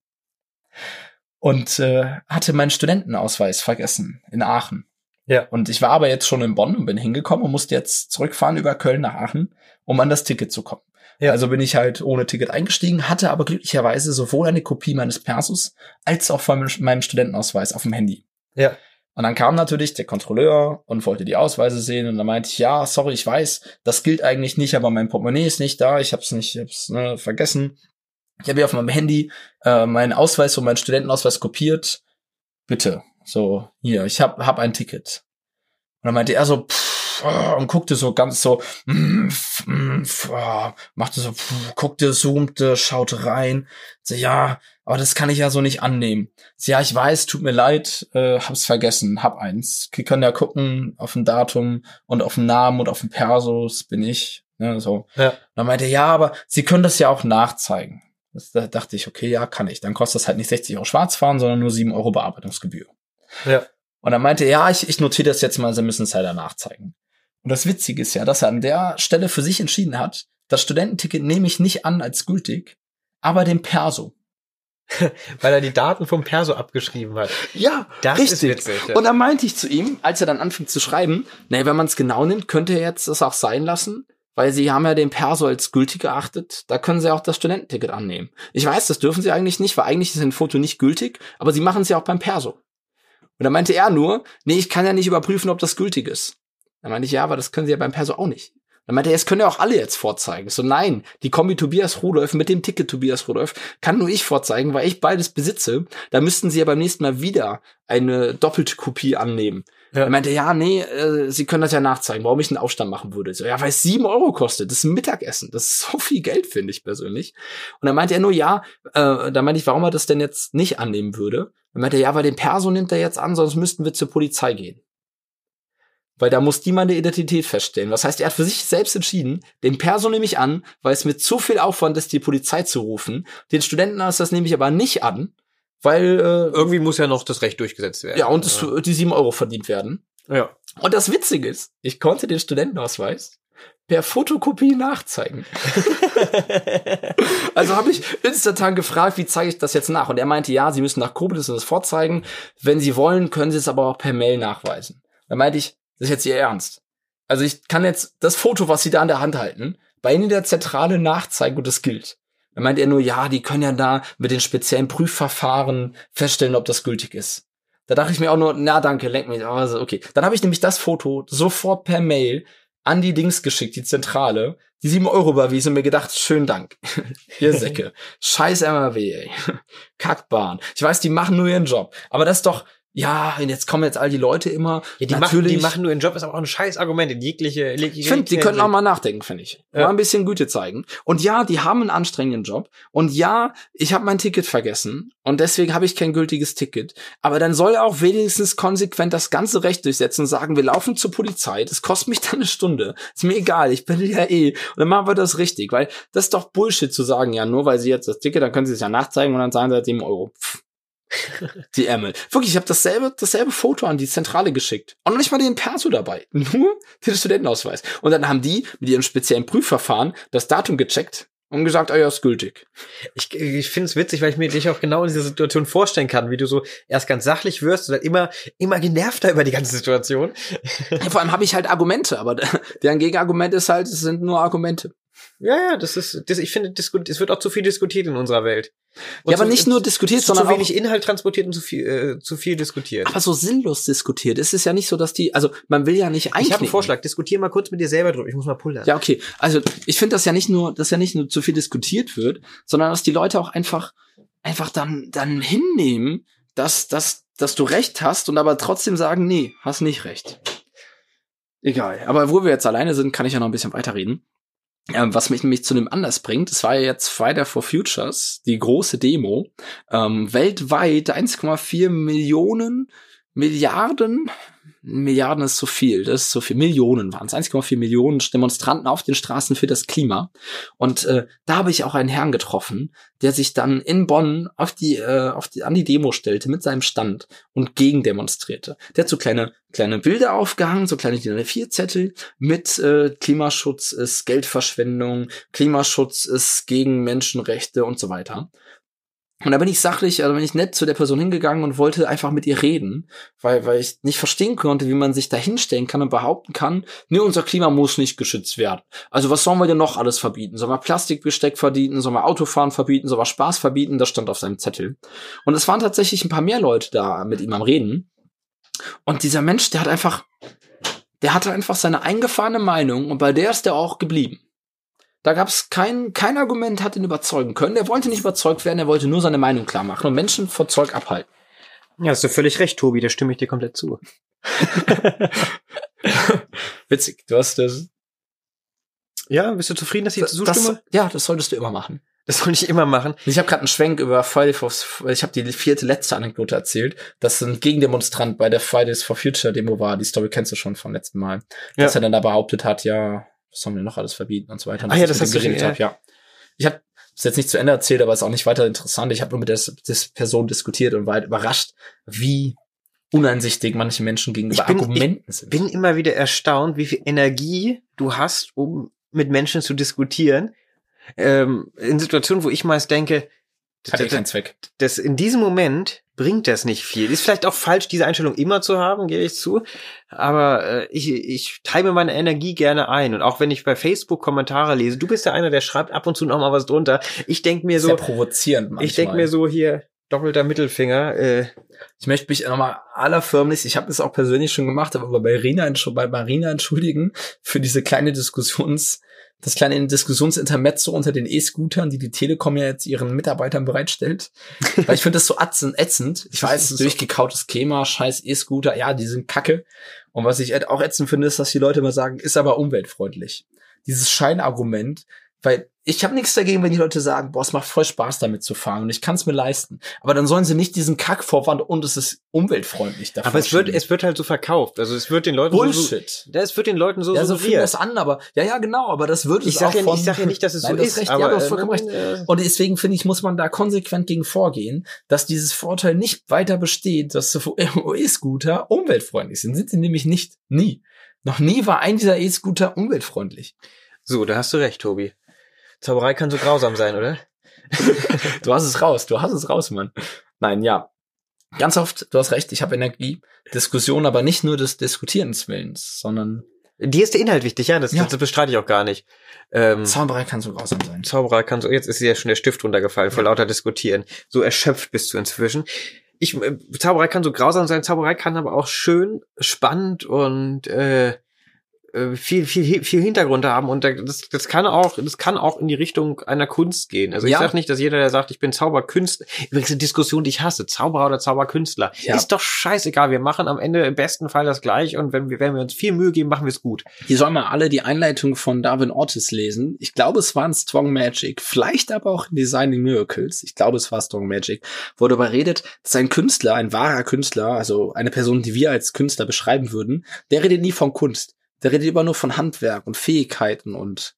S4: und äh, hatte meinen Studentenausweis vergessen in Aachen.
S1: Ja.
S4: Und ich war aber jetzt schon in Bonn und bin hingekommen und musste jetzt zurückfahren über Köln nach Aachen, um an das Ticket zu kommen.
S1: Ja.
S4: Also bin ich halt ohne Ticket eingestiegen, hatte aber glücklicherweise sowohl eine Kopie meines Persus als auch von meinem Studentenausweis auf dem Handy.
S1: Ja.
S4: Und dann kam natürlich der Kontrolleur und wollte die Ausweise sehen und dann meinte ich, ja, sorry, ich weiß, das gilt eigentlich nicht, aber mein Portemonnaie ist nicht da, ich hab's nicht, ich hab's ne, vergessen. Ich habe hier auf meinem Handy äh, meinen Ausweis und meinen Studentenausweis kopiert. Bitte, so, hier, ich hab, hab ein Ticket. Und dann meinte er so, pff, ah, und guckte so ganz so, mm, pff, mm, pff, ah, machte so, pff, guckte, zoomte, schaute rein. So, ja, aber das kann ich ja so nicht annehmen. So, ja, ich weiß, tut mir leid, äh, hab's vergessen, hab eins. Wir können ja gucken auf ein Datum und auf den Namen und auf den Persos bin ich. Ne, so.
S1: Ja.
S4: Und dann meinte er, ja, aber Sie können das ja auch nachzeigen. Das, da dachte ich, okay, ja, kann ich. Dann kostet das halt nicht 60 Euro Schwarzfahren, sondern nur 7 Euro Bearbeitungsgebühr.
S1: Ja.
S4: Und er meinte, ja, ich, ich notiere das jetzt mal, sie müssen es leider nachzeigen. Und das Witzige ist ja, dass er an der Stelle für sich entschieden hat, das Studententicket nehme ich nicht an als gültig, aber den Perso.
S1: Weil er die Daten vom Perso abgeschrieben hat.
S4: Ja,
S1: Das
S4: richtig.
S1: ist witzig.
S2: Und
S1: Ja.
S2: dann meinte ich zu ihm, als er dann anfing zu schreiben, nee, wenn man es genau nimmt, könnte er jetzt das auch sein lassen, weil sie haben ja den Perso als gültig geachtet, da können sie auch das Studententicket annehmen. Ich weiß, das dürfen sie eigentlich nicht, weil eigentlich ist ein Foto nicht gültig, aber sie machen es ja auch beim Perso. Und dann meinte er nur, nee, ich kann ja nicht überprüfen, ob das gültig ist. Dann meinte ich, ja, aber das können sie ja beim Perso auch nicht. Dann meinte er, es können ja auch alle jetzt vorzeigen. Ich So, nein, die Kombi Tobias Rudolf mit dem Ticket Tobias Rudolf kann nur ich vorzeigen, weil ich beides besitze. Da müssten sie ja beim nächsten Mal wieder eine doppelte Kopie annehmen.
S1: Ja.
S2: Er meinte, ja, nee, äh, sie können das ja nachzeigen, warum ich einen Aufstand machen würde. Ich So, ja, weil es sieben Euro kostet. Das ist ein Mittagessen. Das ist so viel Geld, finde ich persönlich. Und dann meinte er nur, ja, äh, dann meinte ich, warum er das denn jetzt nicht annehmen würde. Dann meinte er, ja, weil den Perso nimmt er jetzt an, sonst müssten wir zur Polizei gehen. Weil da muss die meine Identität feststellen. Das heißt, er hat für sich selbst entschieden, den Perso nehme ich an, weil es mir zu viel Aufwand ist, die Polizei zu rufen. Den Studentenausweis nehme ich aber nicht an, weil, äh,
S1: Irgendwie muss ja noch das Recht durchgesetzt werden.
S2: ja, und es, die sieben Euro verdient werden.
S1: ja.
S2: Und das Witzige ist, ich konnte den Studentenausweis per Fotokopie nachzeigen. also habe ich instantan gefragt, wie zeige ich das jetzt nach? Und er meinte, ja, Sie müssen nach Koblenz und das vorzeigen. Wenn Sie wollen, können Sie es aber auch per Mail nachweisen. Da meinte ich, das ist jetzt Ihr Ernst. Also ich kann jetzt das Foto, was Sie da in der Hand halten, bei Ihnen in der Zentrale nachzeigen und das gilt. Da meinte er nur, ja, die können ja da mit den speziellen Prüfverfahren feststellen, ob das gültig ist. Da dachte ich mir auch nur, na danke, lenk mich. Also, okay. Dann habe ich nämlich das Foto sofort per Mail an die Dings geschickt, die Zentrale, die 7 Euro überwiesen und mir gedacht, schönen Dank. Ihr Säcke. Scheiß MRW, ey. Kackbahn. Ich weiß, die machen nur ihren Job. Aber das ist doch, ja, und jetzt kommen jetzt all die Leute immer.
S1: Ja, die, machen, die machen nur ihren Job, ist aber auch ein scheiß Argument in jegliche, jegliche
S2: Ich finde, die könnten auch mal nachdenken, finde ich.
S1: Ja.
S2: Mal ein bisschen Güte zeigen. Und ja, die haben einen anstrengenden Job. Und ja, ich habe mein Ticket vergessen. Und deswegen habe ich kein gültiges Ticket. Aber dann soll er auch wenigstens konsequent das ganze Recht durchsetzen und sagen, wir laufen zur Polizei. Das kostet mich dann eine Stunde. Ist mir egal. Ich bin ja eh. Und dann machen wir das richtig. Weil das ist doch Bullshit zu sagen, ja, nur weil sie jetzt das Ticket, dann können sie es ja nachzeigen und dann sagen sie halt 7 Euro. Pff. Die Ärmel. Wirklich, ich habe dasselbe, dasselbe Foto an die Zentrale geschickt. Und noch nicht mal den Perso dabei. Nur den Studentenausweis. Und dann haben die mit ihrem speziellen Prüfverfahren das Datum gecheckt und gesagt, ah ja, ist gültig.
S1: Ich, ich finde es witzig, weil ich mir dich auch genau in dieser Situation vorstellen kann, wie du so erst ganz sachlich wirst und dann immer, immer genervter über die ganze Situation.
S2: Ja, Vor allem habe ich halt Argumente, aber deren Gegenargument ist halt, es sind nur Argumente.
S1: Ja, ja, das ist, das, ich finde, disku- es wird auch zu viel diskutiert in unserer Welt. Und
S2: ja, aber
S1: zu-
S2: nicht nur diskutiert,
S1: zu,
S2: sondern
S1: zu
S2: auch,
S1: wenig Inhalt transportiert und zu viel, äh, zu viel diskutiert.
S2: aber so sinnlos diskutiert. Es ist ja nicht so, dass die, also man will ja nicht
S1: ich habe einen
S2: einknicken.
S1: Vorschlag, diskutier mal kurz mit dir selber drüber. Ich muss mal pullern.
S2: Ja, okay. Also ich finde das ja nicht nur, dass ja nicht nur zu viel diskutiert wird, sondern dass die Leute auch einfach, einfach dann, dann hinnehmen, dass, dass, dass du recht hast und aber trotzdem sagen, nee, hast nicht recht. Egal. Aber wo wir jetzt alleine sind, kann ich ja noch ein bisschen weiterreden. Ähm, was mich nämlich zu dem anders bringt, es war ja jetzt Friday for Futures, die große Demo. Ähm, weltweit 1,4 Millionen Milliarden, Milliarden ist zu viel, das ist zu viel, Millionen waren es, 1,4 Millionen Demonstranten auf den Straßen für das Klima. Und äh, da habe ich auch einen Herrn getroffen, der sich dann in Bonn auf die, äh, auf die, an die Demo stellte mit seinem Stand und gegen demonstrierte. Der hat so kleine, kleine Bilder aufgehangen, so kleine DIN A4-Zettel mit äh, Klimaschutz ist Geldverschwendung, Klimaschutz ist gegen Menschenrechte und so weiter. Und da bin ich sachlich, also bin ich nett zu der Person hingegangen und wollte einfach mit ihr reden, weil, weil ich nicht verstehen konnte, wie man sich da hinstellen kann und behaupten kann, nee, unser Klima muss nicht geschützt werden. Also was sollen wir denn noch alles verbieten? Sollen wir Plastikbesteck verbieten? Sollen wir Autofahren verbieten? Sollen wir Spaß verbieten? Das stand auf seinem Zettel. Und es waren tatsächlich ein paar mehr Leute da mit ihm am Reden. Und dieser Mensch, der hat einfach, der hatte einfach seine eingefahrene Meinung und bei der ist er auch geblieben. Da gab es kein, kein Argument, hat ihn überzeugen können. Er wollte nicht überzeugt werden, er wollte nur seine Meinung klar machen und Menschen vor Zeug abhalten.
S1: Ja, hast du völlig recht, Tobi, da stimme ich dir komplett zu.
S2: Witzig, du hast äh, das.
S1: Ja, bist du zufrieden, dass ich dir
S2: das
S1: zustimme?
S2: ja, das solltest du immer machen.
S1: Das soll ich immer machen.
S2: Ich habe gerade einen Schwenk über Friday for ich habe die vierte letzte Anekdote erzählt, dass ein Gegendemonstrant bei der Fridays for Future Demo war. Die Story kennst du schon vom letzten Mal,
S1: Ja.
S2: dass er dann da behauptet hat, ja, was sollen wir noch alles verbieten und so weiter. Und
S1: Ah
S2: dass
S1: ja,
S2: ich
S1: das
S2: mit
S1: hast
S2: ihm
S1: du schon,
S2: hab, ja. Ich habe es jetzt nicht zu Ende erzählt, aber ist auch nicht weiter interessant. Ich habe nur mit der, der Person diskutiert und war halt überrascht, wie uneinsichtig manche Menschen gegenüber
S1: Ich bin- ich
S2: Argumenten sind.
S1: Bin immer wieder erstaunt, wie viel Energie du hast, um mit Menschen zu diskutieren. Ähm, in Situationen, wo ich meist denke,
S2: Hat ja
S1: das-
S2: keinen Zweck.
S1: das in diesem Moment bringt das nicht viel. Ist vielleicht auch falsch, diese Einstellung immer zu haben, gebe ich zu. Aber äh, ich, ich teile mir meine Energie gerne ein. Und auch wenn ich bei Facebook Kommentare lese, du bist ja einer, der schreibt ab und zu noch mal was drunter. Ich denk mir so,
S2: Sehr provozierend manchmal.
S1: Also ich denk mir so hier doppelter Mittelfinger. Äh,
S2: Ich möchte mich nochmal allerförmlichst, ich habe es auch persönlich schon gemacht, aber bei Marina, entsch- bei Marina entschuldigen für diese kleine Diskussions, das kleine Diskussionsintermezzo unter den E-Scootern, die die Telekom ja jetzt ihren Mitarbeitern bereitstellt. Weil ich finde das so ätzend, ätzend. Ich weiß, es ist durchgekautes Thema, scheiß E-Scooter, ja, die sind kacke. Und was ich halt auch ätzend finde, ist, dass die Leute immer sagen, ist aber umweltfreundlich. Dieses Scheinargument, weil ich habe nichts dagegen, wenn die Leute sagen, boah, es macht voll Spaß damit zu fahren und ich kann es mir leisten. Aber dann sollen sie nicht diesen Kackvorwand und es ist umweltfreundlich dafür.
S1: aber es wird, es wird halt so verkauft. Also es wird den Leuten so,
S2: Bullshit.
S1: das wird den Leuten so
S2: ja, so fing
S1: suggeriert.
S2: das an, aber ja, ja, genau, aber das wird es
S1: ich sag
S2: auch
S1: ja,
S2: von,
S1: ich sag ja nicht, dass es
S2: Nein,
S1: so
S2: du hast
S1: ist,
S2: recht, ja,
S1: aber
S2: du hast
S1: äh,
S2: vollkommen recht.
S1: äh,
S2: Und deswegen finde ich, muss man da konsequent gegen vorgehen, dass dieses Vorteil nicht weiter besteht, dass so E-Scooter umweltfreundlich sind. Sind sie nämlich nicht. Nie. Noch nie war ein dieser E-Scooter umweltfreundlich.
S1: So, da hast du recht, Tobi. Zauberei kann so grausam sein, oder?
S2: Du hast es raus, du hast es raus, Mann. Nein, ja. Ganz oft, du hast recht, ich habe Energie. Diskussion, aber nicht nur des Diskutierens Willens, sondern
S1: Dir ist der Inhalt wichtig, ja, das,
S2: Ja.
S1: das bestreite ich auch gar nicht. Ähm,
S2: Zauberei kann so grausam sein.
S1: Zauberer kannst du, jetzt ist dir ja schon der Stift runtergefallen, vor lauter Diskutieren. So erschöpft bist du inzwischen. Ich, äh, Zauberei kann so grausam sein, Zauberei kann aber auch schön, spannend und äh, äh, viel, viel, viel Hintergrund haben und da- das, das kann auch, das kann auch in die Richtung einer Kunst gehen. Also
S2: Ja.
S1: ich sage nicht, dass jeder, der sagt, ich bin Zauberkünstler, übrigens eine Diskussion, die ich hasse, Zauberer oder Zauberkünstler,
S2: Ja.
S1: ist doch scheißegal. Wir machen am Ende im besten Fall das gleich und wenn wir, wenn wir uns viel Mühe geben, machen wir es gut.
S2: Hier sollen mal alle die Einleitung von Darwin Ortiz lesen. Ich glaube, es war in Strong Magic, vielleicht aber auch in Designing Miracles. Ich glaube, es war Strong Magic, wo darüber redet, dass ein Künstler, ein wahrer Künstler, also eine Person, die wir als Künstler beschreiben würden, der redet nie von Kunst. Der redet immer nur von Handwerk und Fähigkeiten und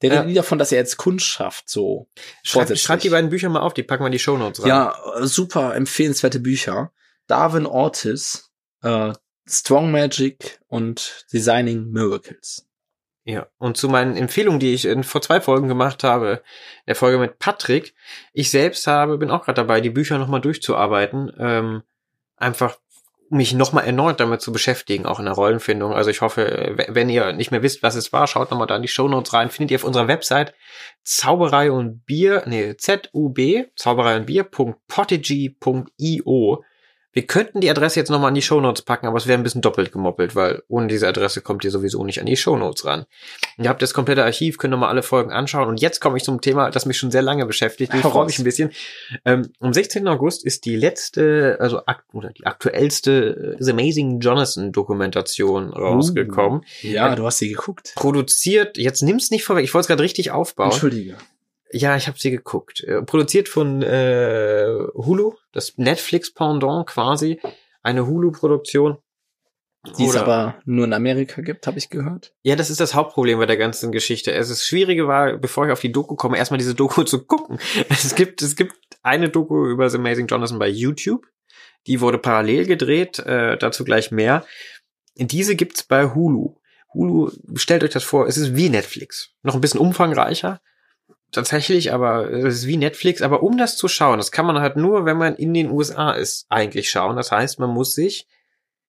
S2: der
S1: Ja.
S2: redet nie davon, dass er jetzt Kunst schafft, so.
S1: Schreib,
S2: vorsätzlich.
S1: schreib die beiden Bücher mal auf, die packen wir in die Shownotes rein.
S2: Ja, äh, super empfehlenswerte Bücher. Darwin Ortiz, äh, Strong Magic und Designing Miracles.
S1: Ja, und zu meinen Empfehlungen, die ich in, vor zwei Folgen gemacht habe, der Folge mit Patrick, ich selbst habe, bin auch gerade dabei, die Bücher nochmal durchzuarbeiten, ähm, einfach mich nochmal erneut damit zu beschäftigen, auch in der Rollenfindung. Also ich hoffe, w- wenn ihr nicht mehr wisst, was es war, schaut nochmal da in die Shownotes rein, findet ihr auf unserer Website Zauberei und Bier, nee, ZUB, Zauberei und Bier.podigy.io. Wir könnten die Adresse jetzt nochmal in die Shownotes packen, aber es wäre ein bisschen doppelt gemoppelt, weil ohne diese Adresse kommt ihr sowieso nicht an die Shownotes ran. Ihr habt das komplette Archiv, könnt nochmal alle Folgen anschauen. Und jetzt komme ich zum Thema, das mich schon sehr lange beschäftigt. Ich
S2: Heraus.
S1: freue mich ein bisschen. Ähm, am 16. August ist die letzte, also akt oder die aktuellste äh, The Amazing Jonathan Dokumentation rausgekommen.
S2: Ja, du hast sie geguckt.
S1: Produziert, jetzt nimm's nicht vorweg, ich wollte es gerade richtig aufbauen.
S2: Entschuldige.
S1: Ja, ich habe sie geguckt. Äh, Produziert von äh, Hulu, das Netflix-Pendant quasi. eine Hulu-Produktion.
S3: Die es
S1: Oder-
S3: aber nur in Amerika gibt, habe ich gehört.
S1: Ja, das ist das Hauptproblem bei der ganzen Geschichte. Es ist schwierige war, bevor ich auf die Doku komme, erstmal diese Doku zu gucken. Es gibt, es gibt eine Doku über The Amazing Jonathan bei YouTube. Die wurde parallel gedreht, äh, dazu gleich mehr. Diese gibt's bei Hulu. Hulu, stellt euch das vor, es ist wie Netflix. Noch ein bisschen umfangreicher. Tatsächlich, aber es ist wie Netflix. Aber um das zu schauen, das kann man halt nur, wenn man in den USA ist, eigentlich schauen. Das heißt, man muss sich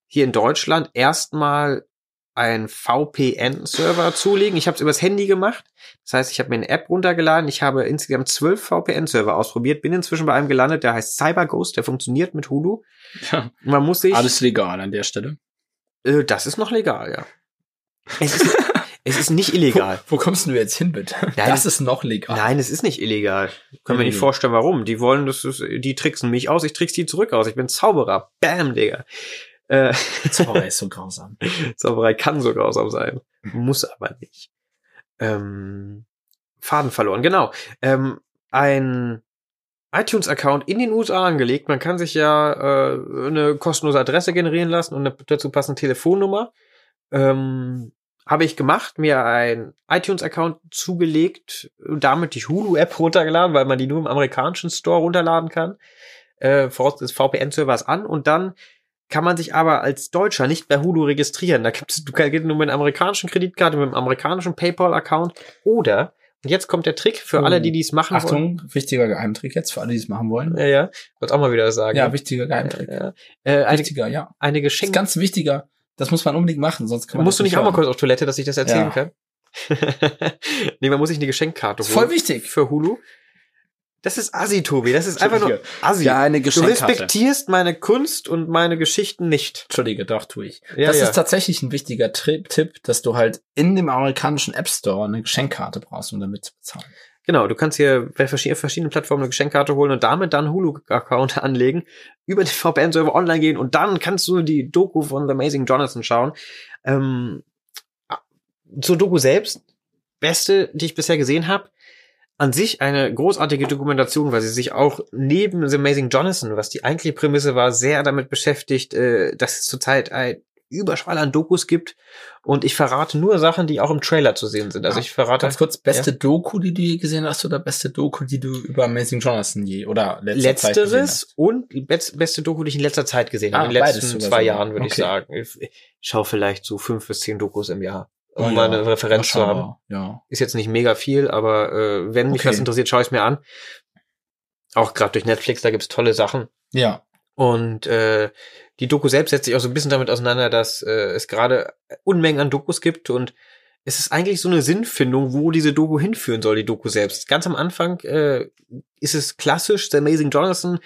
S1: hier in Deutschland erstmal einen VPN-Server zulegen. Ich habe es übers Handy gemacht. Das heißt, ich habe mir eine App runtergeladen. Ich habe insgesamt zwölf VPN-Server ausprobiert. Bin inzwischen bei einem gelandet, der heißt CyberGhost. Der funktioniert mit Hulu.
S3: Ja.
S1: Man muss sich
S3: Alles legal an der Stelle.
S1: äh, das ist noch legal, ja. Es ist, es ist nicht illegal.
S2: Wo kommst du jetzt hin, bitte? das ist noch legal.
S1: Nein, es ist nicht illegal. Können wir
S2: Nee,
S1: nicht
S2: nee.
S1: vorstellen, warum. Die wollen, das ist, die tricksen mich aus, ich trickse die zurück aus. Ich bin Zauberer. Bam, Digga. Äh,
S2: Zauberer ist so grausam.
S1: Zauberei kann so grausam sein, muss aber nicht. Ähm, Faden verloren, genau. Ähm, ein iTunes-Account in den USA angelegt. Man kann sich ja äh, eine kostenlose Adresse generieren lassen und eine dazu passende Telefonnummer. Ähm, habe ich gemacht, mir ein iTunes-Account zugelegt, damit die Hulu-App runtergeladen, weil man die nur im amerikanischen Store runterladen kann. Äh, voraus des VPN-Servers an und dann kann man sich aber als Deutscher nicht bei Hulu registrieren. Da gibt's, du kannst nur mit einer amerikanischen Kreditkarte, mit einem amerikanischen PayPal-Account oder, und jetzt kommt der Trick für
S2: Oh.
S1: alle, die dies machen wollen.
S2: Achtung, wichtiger Geheimtrick jetzt für alle, die es machen wollen.
S1: Ja, ja. Wollte auch mal wieder sagen.
S2: Ja, wichtiger Geheimtrick.
S1: äh, äh, eine,
S2: Wichtiger, ja.
S1: eine
S2: Ist
S1: Geschenk.
S2: ganz wichtiger. Das muss man unbedingt machen, sonst kann man
S1: Musst du
S2: das
S1: nicht auch mal
S2: hören.
S1: kurz auf Toilette, dass ich das erzählen
S2: Ja.
S1: kann? nee, man muss sich eine Geschenkkarte
S2: Ist
S1: holen.
S2: voll wichtig.
S1: Für Hulu. Das ist Assi, Tobi. Das ist einfach nur Assi.
S3: Ja, eine
S1: du
S3: Geschenkkarte.
S1: respektierst meine Kunst und meine Geschichten nicht.
S2: Entschuldige, doch, tue ich.
S1: Ja,
S2: das
S1: ja.
S2: ist tatsächlich ein wichtiger Tri Tipp, dass du halt in dem amerikanischen App Store eine Geschenkkarte brauchst, um damit zu bezahlen.
S1: Genau, du kannst hier bei verschi- auf verschiedenen Plattformen eine Geschenkkarte holen und damit dann Hulu-Account anlegen, über den VPN-Server online gehen und dann kannst du die Doku von The Amazing Jonathan schauen. Ähm, zur Doku selbst, beste, die ich bisher gesehen habe, an sich eine großartige Dokumentation, weil sie sich auch neben The Amazing Jonathan, was die eigentliche Prämisse war, sehr damit beschäftigt, äh, dass es zurzeit ein Überschwall an Dokus gibt und ich verrate nur Sachen, die auch im Trailer zu sehen sind. Also ich verrate
S2: Ganz kurz, beste Doku, die du je gesehen hast, oder beste Doku, die du über Amazing Jonathan je oder letzter Zeit gesehen
S1: Letzteres
S2: hast?
S1: und die best, beste Doku, die ich in letzter Zeit gesehen habe.
S2: Ah,
S1: in den
S2: beides
S1: letzten
S2: sogar
S1: zwei
S2: sogar.
S1: Jahren, würde ich
S2: Okay.
S1: sagen. Ich schau vielleicht so fünf bis zehn Dokus im Jahr, um
S2: Oh ja,
S1: mal eine Referenz zu haben.
S2: Überschaubar, Ja.
S1: Ist jetzt nicht mega viel, aber äh, wenn mich
S2: Okay.
S1: was interessiert, schaue ich mir an. Auch gerade durch Netflix, da gibt's tolle Sachen.
S2: Ja.
S1: Und äh, die Doku selbst setzt sich auch so ein bisschen damit auseinander, dass äh, es gerade Unmengen an Dokus gibt und es ist eigentlich so eine Sinnfindung, wo diese Doku hinführen soll, die Doku selbst. Ganz am Anfang äh, ist es klassisch, The Amazing Jonathan,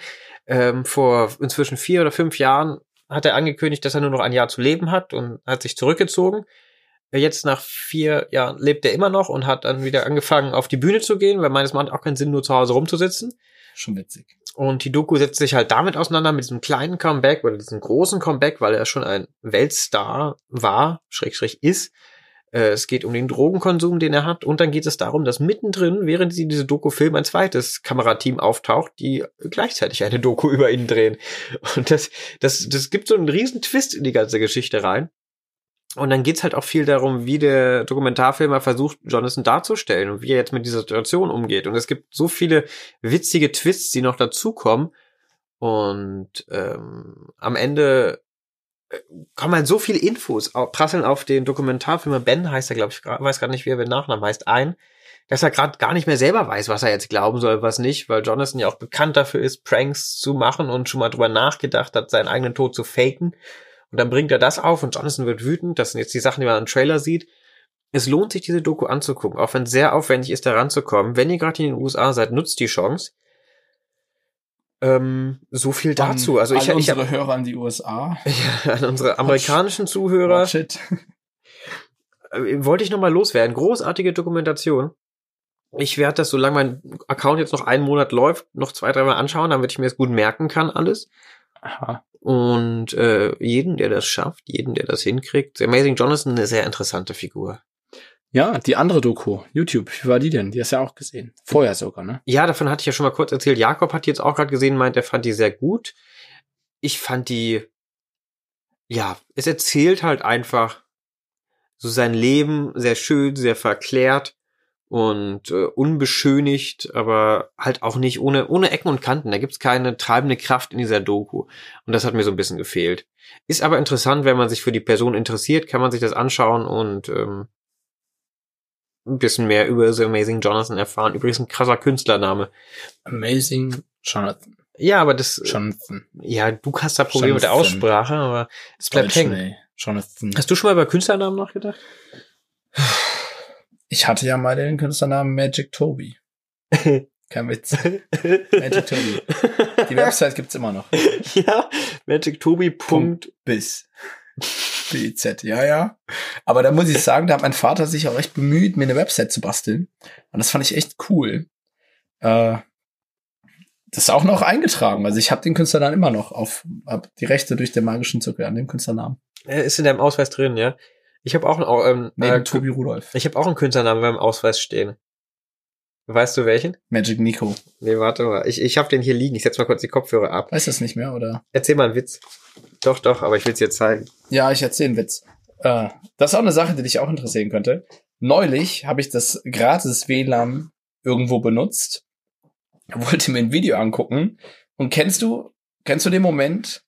S1: ähm, vor inzwischen vier oder fünf Jahren hat er angekündigt, dass er nur noch ein Jahr zu leben hat und hat sich zurückgezogen. Jetzt nach vier Jahren lebt er immer noch und hat dann wieder angefangen, auf die Bühne zu gehen, weil meines Erachtens auch keinen Sinn, nur zu Hause rumzusitzen.
S2: Schon witzig.
S1: Und die Doku setzt sich halt damit auseinander mit diesem kleinen Comeback oder diesem großen Comeback, weil er schon ein Weltstar war, Schrägstrich ist. Äh, Es geht um den Drogenkonsum, den er hat. Und dann geht es darum, dass mittendrin, während sie diese Doku filmen, ein zweites Kamerateam auftaucht, die gleichzeitig eine Doku über ihn drehen. Und das, das, das gibt so einen riesen Twist in die ganze Geschichte rein. Und dann geht's halt auch viel darum, wie der Dokumentarfilmer versucht, Jonathan darzustellen und wie er jetzt mit dieser Situation umgeht. Und es gibt so viele witzige Twists, die noch dazukommen. Und ähm, am Ende äh, kommen halt so viele Infos, au- prasseln auf den Dokumentarfilmer Ben heißt er, glaube ich, gra- weiß gerade nicht, wie er mit Nachnamen heißt, ein, dass er gerade gar nicht mehr selber weiß, was er jetzt glauben soll, was nicht, weil Jonathan ja auch bekannt dafür ist, Pranks zu machen und schon mal drüber nachgedacht hat, seinen eigenen Tod zu faken. Und dann bringt er das auf und Jonathan wird wütend. Das sind jetzt die Sachen, die man im Trailer sieht. Es lohnt sich, diese Doku anzugucken, auch wenn es sehr aufwendig ist, da ranzukommen. Wenn ihr gerade in den USA seid, nutzt die Chance. Ähm, so viel dazu. Also ich,
S2: alle
S1: ich
S2: unsere Hörer in die USA.
S1: ja, an unsere amerikanischen Zuhörer
S2: Watch it.
S1: äh, wollte ich nochmal loswerden. Großartige Dokumentation. Ich werde das, solange mein Account jetzt noch einen Monat läuft, noch zwei, dreimal anschauen, damit ich mir das gut merken kann, alles.
S2: Aha.
S1: Und äh, jeden, der das schafft, jeden, der das hinkriegt. The Amazing Jonathan eine sehr interessante Figur.
S3: Ja, die andere Doku, YouTube, wie war die denn? Die hast du ja auch gesehen. Vorher sogar, ne?
S1: Ja, davon hatte ich ja schon mal kurz erzählt. Jakob hat die jetzt auch gerade gesehen, meint, er fand die sehr gut. Ich fand die ja, es erzählt halt einfach so sein Leben sehr schön, sehr verklärt und äh, unbeschönigt, aber halt auch nicht ohne, ohne Ecken und Kanten. Da gibt's keine treibende Kraft in dieser Doku. Und das hat mir so ein bisschen gefehlt. Ist aber interessant, wenn man sich für die Person interessiert, kann man sich das anschauen und ähm, ein bisschen mehr über The Amazing Jonathan erfahren. Übrigens ein krasser Künstlername.
S2: Amazing Jonathan.
S1: Ja, aber das,
S2: Jonathan.
S1: ja, du hast da Probleme mit der
S2: Jonathan.
S1: Aussprache, aber es bleibt
S2: Deutsch,
S1: hängen.
S2: nee, Jonathan.
S1: Hast du schon mal über Künstlernamen nachgedacht?
S2: Ich hatte ja mal den Künstlernamen Magic Toby. Kein Witz. Magic Toby. Die Website gibt's immer noch.
S1: ja, magictobi.biz.
S2: bis. BZ, ja, ja. Aber da muss ich sagen, da hat mein Vater sich auch echt bemüht, mir eine Website zu basteln. Und das fand ich echt cool. Äh, das ist auch noch eingetragen. Also ich habe den Künstlernamen immer noch auf, hab die Rechte durch den magischen Zirkel an dem Künstlernamen.
S1: Äh, Ist in deinem Ausweis drin, ja? Ich habe auch einen, ähm,
S2: Neben
S1: äh,
S2: Tobi Rudolf.
S1: ich habe auch einen Künstlernamen beim Ausweis stehen. Weißt du welchen?
S2: Magic Nico.
S1: Nee, warte mal. Ich, ich habe den hier liegen. Ich setz mal kurz die Kopfhörer ab.
S2: Weißt du das nicht mehr, oder?
S1: Erzähl mal einen Witz. Doch, doch, aber ich will's dir zeigen.
S2: Ja, ich erzähle einen Witz. Äh, das ist auch eine Sache, die dich auch interessieren könnte. Neulich habe ich das gratis WLAN irgendwo benutzt, wollte mir ein Video angucken und kennst du, kennst du den Moment,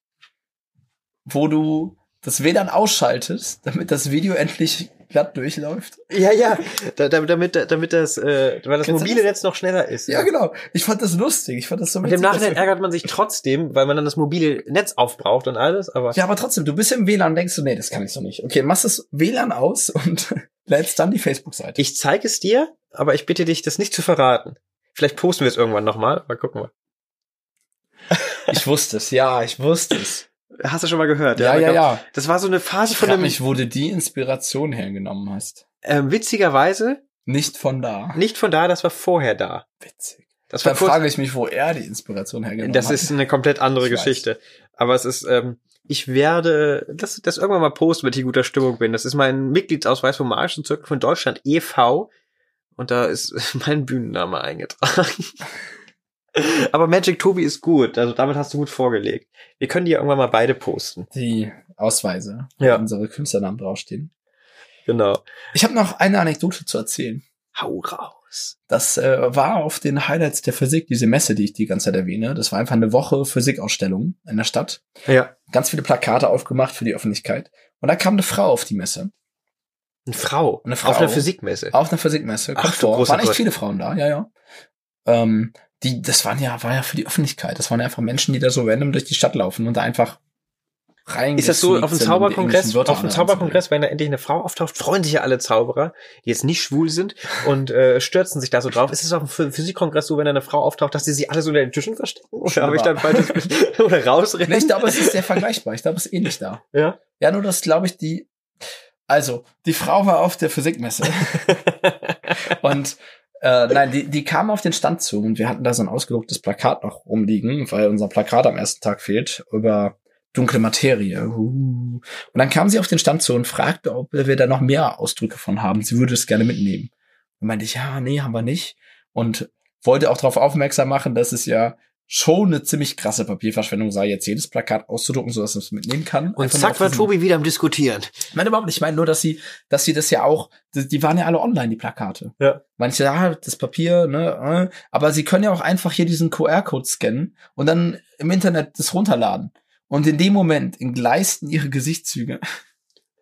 S2: wo du das WLAN ausschaltest, damit das Video endlich glatt durchläuft?
S1: Ja, ja. Da, da, damit, damit das, äh, weil das
S2: Kennst du
S1: mobile
S2: das?
S1: Netz noch schneller ist.
S2: Ja, genau. Ich fand das lustig. Ich fand das so
S1: Und im
S2: witzig, dass
S1: Nachhinein ärgert man sich trotzdem, weil man dann das mobile Netz aufbraucht und alles, aber.
S2: Ja, aber trotzdem, du bist im WLAN und denkst du, nee, das kann ich so nicht. Okay, machst das WLAN aus und lädst dann die Facebook-Seite.
S1: Ich zeige es dir, aber ich bitte dich, das nicht zu verraten. Vielleicht posten wir es irgendwann nochmal, aber gucken wir.
S2: Ich wusste es, ja, ich wusste es.
S1: Hast du schon mal gehört?
S2: Ja, ja,
S1: Aber
S2: ja.
S1: Das war so eine Phase Also von
S2: Frag
S1: einem,
S2: mich, wo du die Inspiration hergenommen hast.
S1: ähm, witzigerweise,
S2: Nicht von da.
S1: nicht von da, das war vorher da.
S2: Witzig.
S1: Das war
S2: Dann
S1: kurz,
S2: frage ich mich, wo er die Inspiration hergenommen
S1: das
S2: hat.
S1: ist eine komplett andere
S2: Ich weiß.
S1: Geschichte. Aber es ist, ähm, ich werde das, das irgendwann mal posten, wenn ich in guter Stimmung bin. Das ist mein Mitgliedsausweis vom Magischen Zirkel von Deutschland e.V. Und da ist mein Bühnenname eingetragen. Aber Magic Tobi ist gut, also damit hast du gut vorgelegt. Wir können die ja irgendwann mal beide posten.
S2: die Ausweise,
S1: Ja.
S2: wo unsere Künstlernamen draufstehen.
S1: Genau.
S2: Ich habe noch eine Anekdote zu erzählen.
S1: Hau raus.
S2: Das äh, war auf den Highlights der Physik, diese Messe, die ich die ganze Zeit erwähne. Das war einfach eine Woche Physikausstellung in der Stadt.
S1: Ja.
S2: Ganz viele Plakate aufgemacht für die Öffentlichkeit. Und da kam eine Frau auf die Messe.
S1: Eine Frau.
S2: Eine Frau.
S1: Auf einer Physikmesse.
S2: Auf einer Physikmesse.
S1: Ach,
S2: Kommt
S1: du
S2: vor.
S1: großer
S2: Waren echt
S1: Gott.
S2: viele Frauen da, ja, ja. Ähm, die, das waren ja, war ja für die Öffentlichkeit. Das waren ja einfach Menschen, die da so random durch die Stadt laufen und da einfach rein.
S1: Ist das so auf dem Zauberkongress? Auf dem Zauberkongress, wenn da endlich eine Frau auftaucht, freuen sich ja alle Zauberer, die jetzt nicht schwul sind und äh, stürzen sich da so drauf. Ist es auf dem Phy- Physikkongress so, wenn da eine Frau auftaucht, dass sie sich alle so unter den Tischen verstecken? Oder habe ich dann falsches Bild? oder
S2: Nee,
S1: rausrennen?
S2: ich glaube, es ist sehr vergleichbar. Ich glaube, es ist ähnlich da.
S1: Ja.
S2: Ja, nur dass, glaube ich, die. Also, die Frau war auf der Physikmesse. und äh, nein, die, die kam auf den Stand zu und wir hatten da so ein ausgedrucktes Plakat noch rumliegen, weil unser Plakat am ersten Tag fehlt, über dunkle Materie. Uh. Und dann kam sie auf den Stand zu und fragte, ob wir da noch mehr Ausdrücke von haben. Sie würde es gerne mitnehmen. Und meinte ich, ja, nee, haben wir nicht. Und wollte auch darauf aufmerksam machen, dass es ja schon eine ziemlich krasse Papierverschwendung sei, jetzt jedes Plakat auszudrucken, sodass man es mitnehmen kann.
S1: und
S2: Einfach nur
S1: zack
S2: auf
S1: war
S2: diesen-
S1: Tobi wieder am Diskutieren.
S2: ich meine überhaupt nicht. Ich meine nur, dass sie, dass sie das ja auch, die, die waren ja alle online, die Plakate.
S1: Ja.
S2: Manche, ah, das Papier, ne, äh, aber sie können ja auch einfach hier diesen QR-Code scannen und dann im Internet das runterladen. Und in dem Moment entgleisten ihre Gesichtszüge.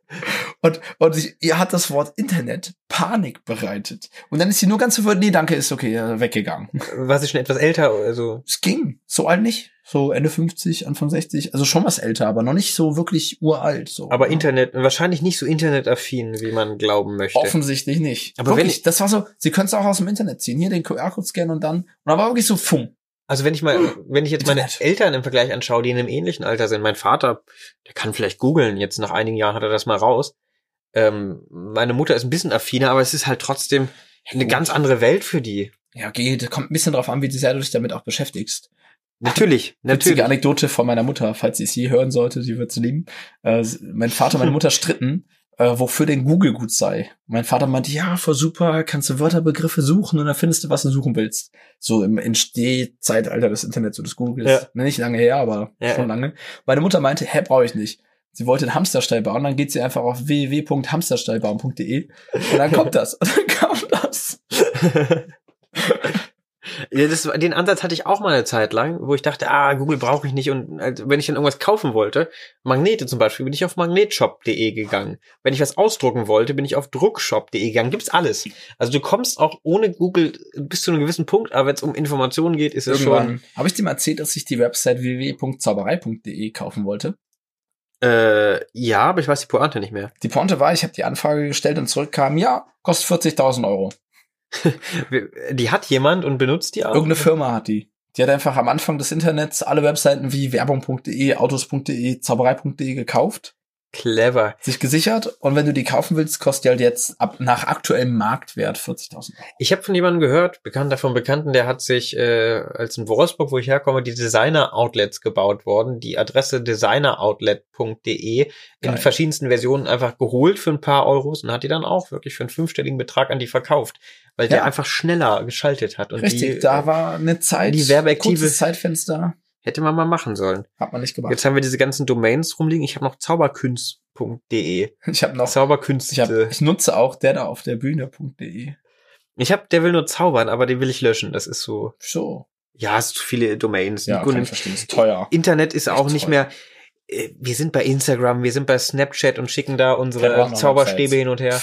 S2: Und, und ich, ihr hat das Wort Internet Panik bereitet. Und dann ist sie nur ganz verwirrt, nee, danke, ist okay, äh, weggegangen.
S1: War sie schon etwas älter? Also
S2: Es ging. So alt nicht. So Ende 50, Anfang 60. Also schon was älter, aber noch nicht so wirklich uralt. So.
S1: aber
S2: Ja.
S1: Internet, wahrscheinlich nicht so internetaffin, wie man glauben möchte.
S2: Offensichtlich nicht.
S1: Aber
S2: Aber
S1: wenn
S2: wirklich,
S1: ich-
S2: das war so, sie können es auch aus dem Internet ziehen. Hier den QR-Code scannen und dann. Und dann war wirklich so fumm.
S1: Also wenn ich mal, wenn ich jetzt meine
S2: Hm. Internet.
S1: Eltern im Vergleich anschaue, die in einem ähnlichen Alter sind, mein Vater, der kann vielleicht googeln, jetzt nach einigen Jahren hat er das mal raus. Ähm, meine Mutter ist ein bisschen affiner, aber es ist halt trotzdem eine
S2: gut.
S1: ganz andere Welt für die.
S2: Ja, okay, das kommt ein bisschen drauf an, wie sehr du dich damit auch beschäftigst.
S1: Natürlich,
S2: Witzige
S1: natürlich.
S2: Anekdote von meiner Mutter, falls sie es je hören sollte, sie wird es lieben. Äh, s- mein Vater und meine Mutter stritten, äh, wofür denn Google gut sei. Mein Vater meinte, ja, voll super, kannst du Wörterbegriffe suchen und dann findest du, was du suchen willst. So im Entstehzeitalter des Internets und des Googles. Ne,
S1: Ja.
S2: Nicht lange her, aber
S1: Ja,
S2: schon
S1: ja.
S2: lange. Meine Mutter meinte, hä, brauche ich nicht. Sie wollte einen Hamsterstall bauen, dann geht sie einfach auf www.hamsterstallbauen.de und dann kommt das. Und dann kam das.
S1: Ja, das, war- den Ansatz hatte ich auch mal eine Zeit lang, wo ich dachte, ah, Google brauche ich nicht. Und also, wenn ich dann irgendwas kaufen wollte, Magnete zum Beispiel, bin ich auf magnetshop.de gegangen. Wenn ich was ausdrucken wollte, bin ich auf druckshop.de gegangen. Gibt's alles. Also du kommst auch ohne Google äh, bis zu einem gewissen Punkt, aber wenn es um Informationen geht, ist es schon.
S2: Irgendwann. Habe ich dir mal erzählt, dass ich die Website www.zauberei.de kaufen wollte?
S1: Äh, ja, aber ich weiß die Pointe nicht mehr.
S2: Die Pointe war, ich habe die Anfrage gestellt und zurückkam, ja, kostet 40.000 Euro.
S1: Wir- Die hat jemand und benutzt die auch.
S2: Irgendeine Firma hat die. Die hat einfach am Anfang des Internets alle Webseiten wie werbung.de, autos.de, zauberei.de gekauft,
S1: Clever.
S2: sich gesichert und wenn du die kaufen willst, kostet die halt jetzt ab, nach aktuellem Marktwert 40.000 Euro.
S1: Ich habe von jemandem gehört, bekannter von Bekannten, der hat sich, äh, als in Wolfsburg, wo ich herkomme, die Designer-Outlets gebaut worden. Die Adresse designeroutlet.de in
S2: Geil.
S1: verschiedensten Versionen einfach geholt für ein paar Euros und hat die dann auch wirklich für einen fünfstelligen Betrag an die verkauft, weil der
S2: Ja.
S1: einfach schneller geschaltet hat. Und
S2: Richtig,
S1: die, äh,
S2: da war eine Zeit,
S1: die werbeaktive-
S2: kurzes Zeitfenster,
S1: Hätte man mal machen sollen.
S2: hat man nicht gemacht.
S1: Jetzt haben wir diese ganzen Domains rumliegen. Ich habe noch zauberkünst.de.
S2: ich habe noch, ich, hab,
S1: Zauberkünste.
S2: ich nutze auch der da auf der Bühne.de.
S1: Ich habe, der will nur zaubern, aber den will ich löschen. Das ist so,
S2: So.
S1: ja, es ist zu viele Domains.
S2: Ja,
S1: Nico
S2: kann
S1: nimmt
S2: ich verstehen, ist teuer.
S1: Internet ist auch
S2: Echt
S1: nicht
S2: toll.
S1: mehr. äh, Wir sind bei Instagram, wir sind bei Snapchat und schicken da
S2: Da brauchen
S1: unsere
S2: wir
S1: Zauberstäbe
S2: Websites.
S1: hin und her.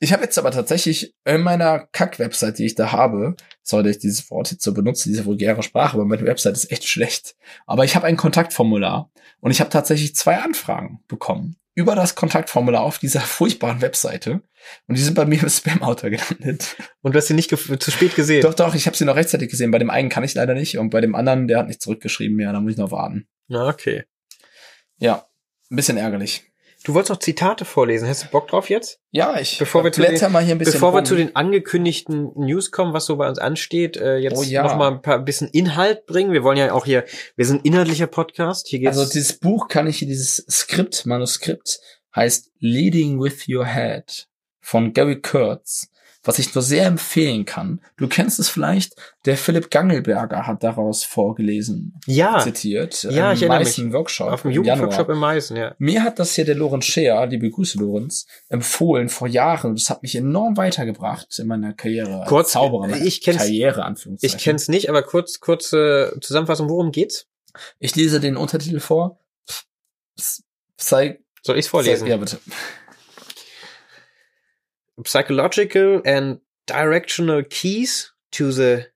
S2: Ich habe jetzt aber tatsächlich in meiner Kack-Website, die ich da habe, sorry, dass ich dieses Wort jetzt so benutze, diese vulgäre Sprache, aber meine Website ist echt schlecht. Aber ich habe ein Kontaktformular und ich habe tatsächlich zwei Anfragen bekommen über das Kontaktformular auf dieser furchtbaren Webseite und die sind bei mir im Spam-Outer gelandet.
S1: Und du hast sie nicht gef- zu spät gesehen.
S2: Doch, doch, ich habe sie noch rechtzeitig gesehen. Bei dem einen kann ich leider nicht und bei dem anderen, der hat nicht zurückgeschrieben, ja, da muss ich noch warten.
S1: Na, okay.
S2: Ja, ein bisschen ärgerlich.
S1: Du wolltest noch Zitate vorlesen. Hast du Bock drauf jetzt?
S2: Ja, ich
S1: Bevor wir zu
S2: blätter mal hier ein bisschen
S1: Bevor wir
S2: rum.
S1: zu den angekündigten News kommen, was so bei uns ansteht, äh, jetzt
S2: Oh ja.
S1: noch mal ein paar bisschen Inhalt bringen. Wir wollen ja auch hier, wir sind ein inhaltlicher Podcast. Hier geht's.
S2: Also dieses Buch kann ich, dieses Skript, Manuskript heißt Leading with Your Head von Gary Kurtz, was ich nur sehr empfehlen kann. Du kennst es vielleicht, der Philipp Gangelberger hat daraus vorgelesen,
S1: ja,
S2: zitiert.
S1: Ah. Ja,
S2: im
S1: ich erinnere mich.
S2: Meißen Workshop
S1: auf dem
S2: im
S1: Jugendworkshop
S2: Januar.
S1: im Meißen, ja.
S2: Mir hat das hier der Lorenz Scheer, liebe Grüße Lorenz, empfohlen vor Jahren. Das hat mich enorm weitergebracht in meiner Karriere. als
S1: Kurz,
S2: Zauberer,
S1: ich kenn's-
S2: Karriere, Anführungszeichen.
S1: Ich kenn's nicht, aber kurz, kurze Zusammenfassung, worum geht's?
S2: Ich lese den Untertitel vor. Psy
S1: Soll ich's vorlesen?
S2: Ja, bitte.
S1: psychological and directional keys to the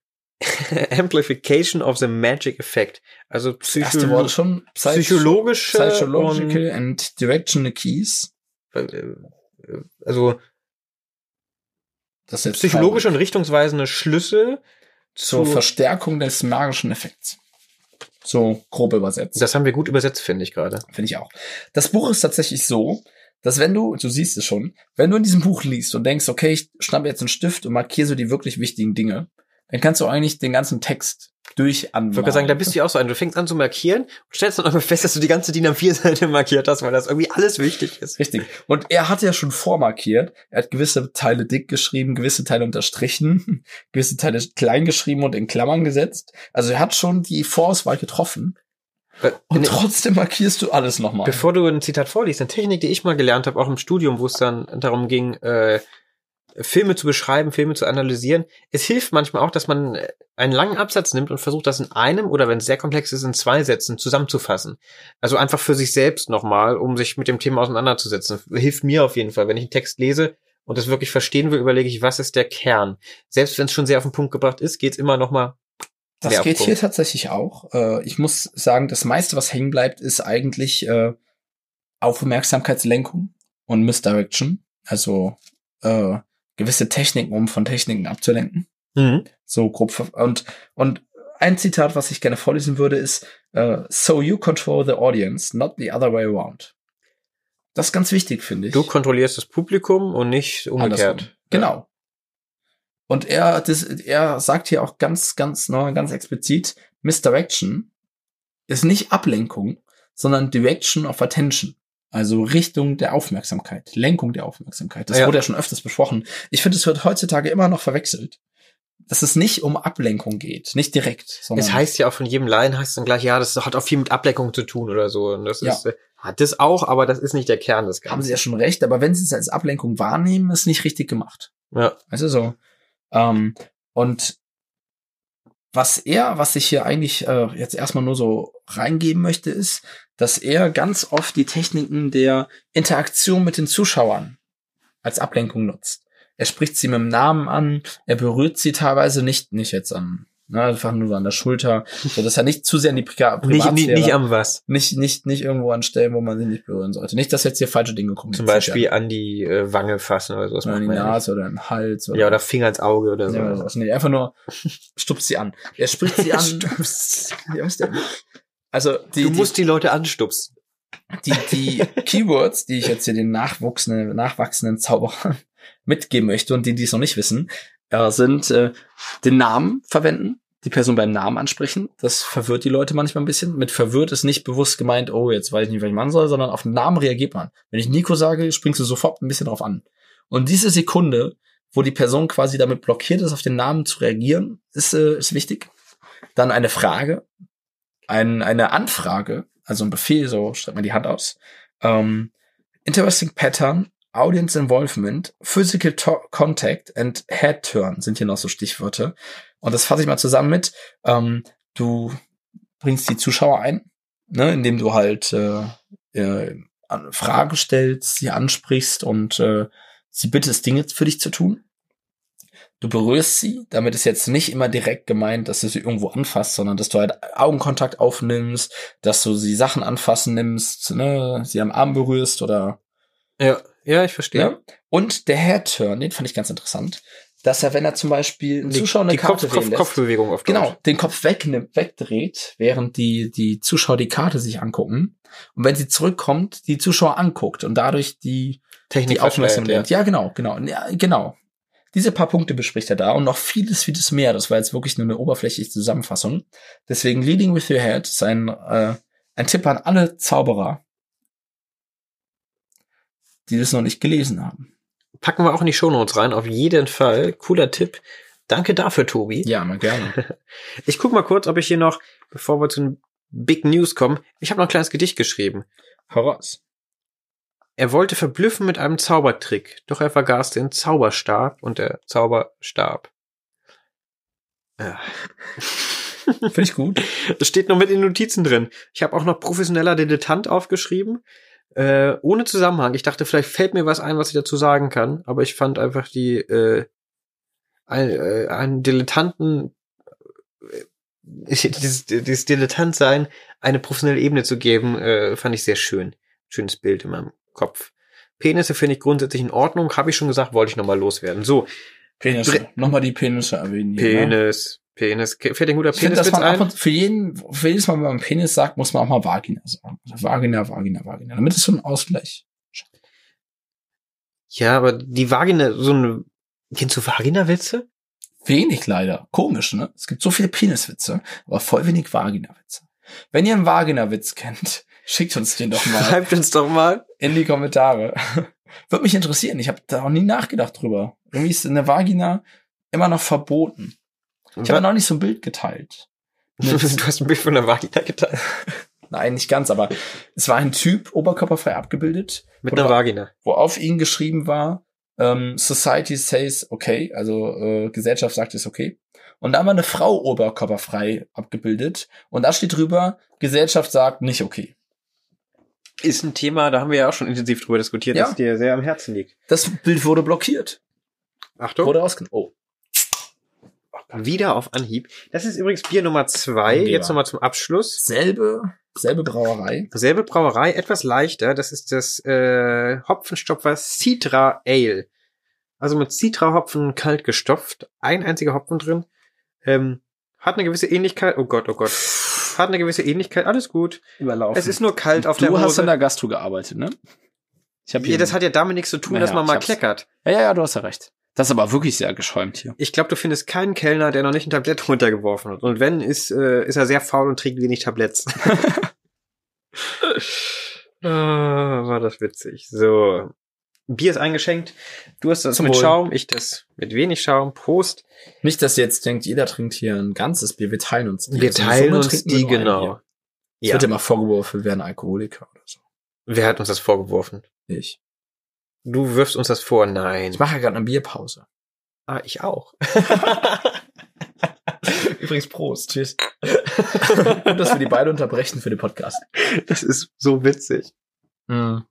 S1: amplification of the magic effect. Also
S2: erste
S1: psycholo
S2: Wort schon Psycho
S1: psychologische
S2: Psychological and Directional Keys.
S1: und, äh, also
S2: Das ist jetzt halt
S1: psychologische und richtungsweisende Schlüssel
S2: zur
S1: zu
S2: Verstärkung des magischen Effekts. So grob übersetzt.
S1: das haben wir gut übersetzt, finde ich gerade.
S2: Finde ich auch. Das Buch ist tatsächlich so, dass wenn du, du siehst es schon, wenn du in diesem Buch liest und denkst, okay, ich schnappe jetzt einen Stift und markiere so die wirklich wichtigen Dinge, dann kannst du eigentlich den ganzen Text durch
S1: Ich würde sagen, da bist du ja auch so ein. Du fängst an zu markieren und stellst dann aber fest, dass du die ganze DIN A4-Seite markiert hast, weil das irgendwie alles wichtig ist.
S2: Richtig. Und er hat ja schon vormarkiert. Er hat gewisse Teile dick geschrieben, gewisse Teile unterstrichen, gewisse Teile klein geschrieben und in Klammern gesetzt. Also er hat schon die Vorauswahl getroffen. Und
S1: Nee.
S2: trotzdem markierst du alles nochmal.
S1: Bevor du ein Zitat vorliest, eine Technik, die ich mal gelernt habe, auch im Studium, wo es dann darum ging, äh, Filme zu beschreiben, Filme zu analysieren. Es hilft manchmal auch, dass man äh, einen langen Absatz nimmt und versucht, das in einem oder wenn es sehr komplex ist, in zwei Sätzen zusammenzufassen. Also einfach für sich selbst nochmal, um sich mit dem Thema auseinanderzusetzen. Hilft mir auf jeden Fall. Wenn ich einen Text lese und das wirklich verstehen will, überlege ich, was ist der Kern. Selbst wenn es schon sehr auf den Punkt gebracht ist, geht's immer nochmal.
S2: Das
S1: Leerpunkt.
S2: geht hier tatsächlich auch. Äh, Ich muss sagen, das meiste, was hängen bleibt, ist eigentlich äh, Aufmerksamkeitslenkung und Misdirection. Also äh, gewisse Techniken, um von Techniken abzulenken.
S1: Mhm.
S2: So grob. ver- Und, und ein Zitat, was ich gerne vorlesen würde, ist, äh, so you control the audience, not the other way around. Das ist ganz wichtig, finde ich.
S1: Du kontrollierst das Publikum und nicht
S2: Andersrum.
S1: umgekehrt.
S2: Genau. Und er, das, er sagt hier auch ganz, ganz neu, ganz explizit, Misdirection ist nicht Ablenkung, sondern Direction of Attention. Also Richtung der Aufmerksamkeit, Lenkung der Aufmerksamkeit. Das
S1: Ja.
S2: wurde ja schon öfters besprochen. Ich finde, es wird heutzutage immer noch verwechselt. dass es nicht um Ablenkung geht, nicht direkt. Sondern
S1: Es heißt ja auch von jedem Laien heißt dann gleich, ja, das hat auch viel mit Ablenkung zu tun oder so. Und das
S2: Ja.
S1: ist, äh, hat das auch, aber das ist nicht der Kern des
S2: haben
S1: Ganzen.
S2: sie ja schon recht, aber wenn sie es als Ablenkung wahrnehmen, ist nicht richtig gemacht.
S1: Ja.
S2: Also so. Ähm, und was er, was ich hier eigentlich äh, jetzt erstmal nur so reingeben möchte, ist, dass er ganz oft die Techniken der Interaktion mit den Zuschauern als Ablenkung nutzt. Er spricht sie mit dem Namen an, er berührt sie teilweise nicht, nicht jetzt an, ne, einfach nur so an der Schulter, so dass er nicht zu sehr in die Pri
S1: Nicht,
S2: Privatsphäre,
S1: nicht, nicht am was.
S2: nicht, nicht, nicht irgendwo an Stellen, wo man sie nicht berühren sollte. Nicht, dass jetzt hier falsche Dinge kommen.
S1: Zum Beispiel an die äh, Wange fassen oder so. Das
S2: Oder
S1: macht
S2: in die
S1: man ja,
S2: Nase oder im Hals
S1: nicht. ja, oder Finger ins Auge oder so.
S2: ja, oder sowas. Nee, einfach nur stupst sie an. Er spricht sie an. Ja, was denn? also die,
S1: du musst die Leute anstupsen.
S2: die, die, die Keywords, die ich jetzt hier den nachwachsenden, nachwachsenden Zauberern mitgeben möchte und die, die es noch nicht wissen, äh, sind äh, den Namen verwenden, die Person beim Namen ansprechen. Das verwirrt die Leute manchmal ein bisschen. Mit verwirrt ist nicht bewusst gemeint, oh, jetzt weiß ich nicht, was ich machen soll, sondern auf den Namen reagiert man. Wenn ich Nico sage, springst du sofort ein bisschen drauf an. Und diese Sekunde, wo die Person quasi damit blockiert ist, auf den Namen zu reagieren, ist, äh, ist wichtig. Dann eine Frage, ein, eine Anfrage, also ein Befehl, so streckt man die Hand aus. Ähm, interesting Pattern, Audience Involvement, Physical to Contact and Head Turn sind hier noch so Stichwörter. Und das fasse ich mal zusammen mit, ähm, du bringst die Zuschauer ein, ne, indem du halt äh, äh, an- Fragen stellst, sie ansprichst und äh, sie bittest, Dinge für dich zu tun. Du berührst sie, damit ist jetzt nicht immer direkt gemeint, dass du sie irgendwo anfasst, sondern dass du halt Augenkontakt aufnimmst, dass du sie Sachen anfassen nimmst, ne, sie am Arm berührst oder
S1: Ja, ja, ich verstehe.
S2: ja. Und der Head-Turn, den fand ich ganz interessant, dass er, wenn er zum Beispiel einen
S1: Die,
S2: Zuschauer eine
S1: die
S2: Karte
S1: Kopf,
S2: wählen
S1: Kopf,
S2: lässt,
S1: Kopfbewegung auf
S2: genau,
S1: Deutsch.
S2: den Kopf wegnimmt, wegdreht, während die, die Zuschauer die Karte sich angucken. Und wenn sie zurückkommt, die Zuschauer anguckt und dadurch die,
S1: Technik
S2: die Aufmerksamkeit
S1: verstellt,
S2: nimmt. Ja, genau, genau, ja, genau. Diese paar Punkte bespricht er da und noch vieles, vieles mehr. Das war jetzt wirklich nur eine oberflächliche Zusammenfassung. Deswegen Leading with Your Head ist ein, äh, ein Tipp an alle Zauberer, die das noch nicht gelesen haben.
S1: Packen wir auch in die Shownotes rein, auf jeden Fall. Cooler Tipp. Danke dafür, Tobi.
S2: Ja, mal gerne.
S1: Ich guck mal kurz, ob ich hier noch, bevor wir zu den Big News kommen, ich habe noch ein kleines Gedicht geschrieben.
S2: Heraus.
S1: Er wollte verblüffen mit einem Zaubertrick, doch er vergaß den Zauberstab und der Äh. Zauber starb. Ja.
S2: Finde ich gut.
S1: Das steht noch mit in den Notizen drin. Ich habe auch noch professioneller Dilettant aufgeschrieben. Äh, ohne Zusammenhang. Ich dachte, vielleicht fällt mir was ein, was ich dazu sagen kann, aber ich fand einfach die äh, ein, äh, einen Dilettanten äh, dieses, dieses Dilettantsein eine professionelle Ebene zu geben, äh, fand ich sehr schön. Schönes Bild in meinem Kopf. Penisse finde ich grundsätzlich in Ordnung, habe ich schon gesagt, wollte ich nochmal loswerden. So,
S2: Penisse.
S1: Dre-
S2: Nochmal die Penisse erwähnen. hier, ne?
S1: Penis, Penis, Ke- fällt dir ein guter
S2: Ich finde, dass
S1: Peniswitz
S2: man ab
S1: ein?
S2: und zu- für jeden, für jedes Mal, wenn man Penis sagt, muss man auch mal Vagina sagen. Also Vagina, Vagina, Vagina. Damit ist so ein Ausgleich.
S1: Ja, aber die Vagina, so eine, kennst du Vagina-Witze?
S2: Wenig leider. Komisch, ne? Es gibt so viele Peniswitze, aber voll wenig Vagina-Witze. Wenn ihr einen Vagina-Witz kennt, schickt uns den doch mal
S1: Schreibt uns doch mal.
S2: in die Kommentare. Würde mich interessieren. Ich habe da auch nie nachgedacht drüber. Irgendwie ist eine Vagina immer noch verboten. Ich habe ja noch nicht so ein Bild geteilt.
S1: du hast ein Bild von der Vagina getan.
S2: Nein, nicht ganz, aber es war ein Typ, oberkörperfrei abgebildet,
S1: Mit
S2: Oder-
S1: einer Vagina.
S2: wo auf ihn geschrieben war, ähm, Society says okay, also äh, Gesellschaft sagt es okay. Und dann war eine Frau oberkörperfrei abgebildet und da steht drüber, Gesellschaft sagt nicht okay.
S1: Ist ein Thema, da haben wir ja auch schon intensiv drüber diskutiert,
S2: Ja.
S1: das dir sehr am Herzen liegt.
S2: Das Bild wurde blockiert.
S1: Achtung.
S2: Wurde ausgenommen. Oh.
S1: Wieder auf Anhieb. Das ist übrigens Bier Nummer zwei.
S2: Ja.
S1: Jetzt nochmal zum Abschluss.
S2: Selbe, selbe Brauerei.
S1: Selbe Brauerei, etwas leichter. Das ist das äh, Hopfenstopfer Citra Ale. Also mit Citra-Hopfen kalt gestopft. Ein einziger Hopfen drin. Ähm, hat eine gewisse Ähnlichkeit. Oh Gott, oh Gott. Hat eine gewisse Ähnlichkeit. Alles gut.
S3: Überlaufen.
S1: Es ist nur kalt auf
S3: du
S1: der Hose.
S3: hast in der Gastro gearbeitet, ne? Ich hab
S1: ja, das hat ja damit nichts zu tun,
S3: Naja,
S1: dass man
S3: ich
S1: mal
S3: hab's.
S1: kleckert.
S3: ja, ja, ja, du hast ja recht. Das ist aber wirklich sehr geschäumt hier.
S1: Ich glaube, du findest keinen Kellner, der noch nicht ein Tablett runtergeworfen hat. Und wenn, ist, äh, ist er sehr faul und trägt wenig Tabletts. ah, war das witzig. So. Bier ist eingeschenkt. Du hast das
S2: Zum
S1: mit
S2: Wohl.
S1: Schaum, ich das mit wenig Schaum. Prost.
S2: Nicht, dass ihr jetzt denkt, jeder trinkt hier ein ganzes Bier. Wir teilen uns die.
S1: Wir
S2: Also in
S1: teilen
S2: Summe
S1: uns
S2: trinken wir
S1: die
S2: nur ein
S1: genau.
S2: Bier. Es wird immer vorgeworfen, wir wären Alkoholiker oder so.
S1: Wer hat uns das vorgeworfen?
S2: Ich.
S1: Du wirfst uns das vor? Nein.
S2: Ich mache ja gerade eine Bierpause.
S1: Ah, ich auch.
S2: Übrigens, Prost. Tschüss. Gut, dass wir die beide unterbrechen für den Podcast.
S1: Das ist so witzig. Hm.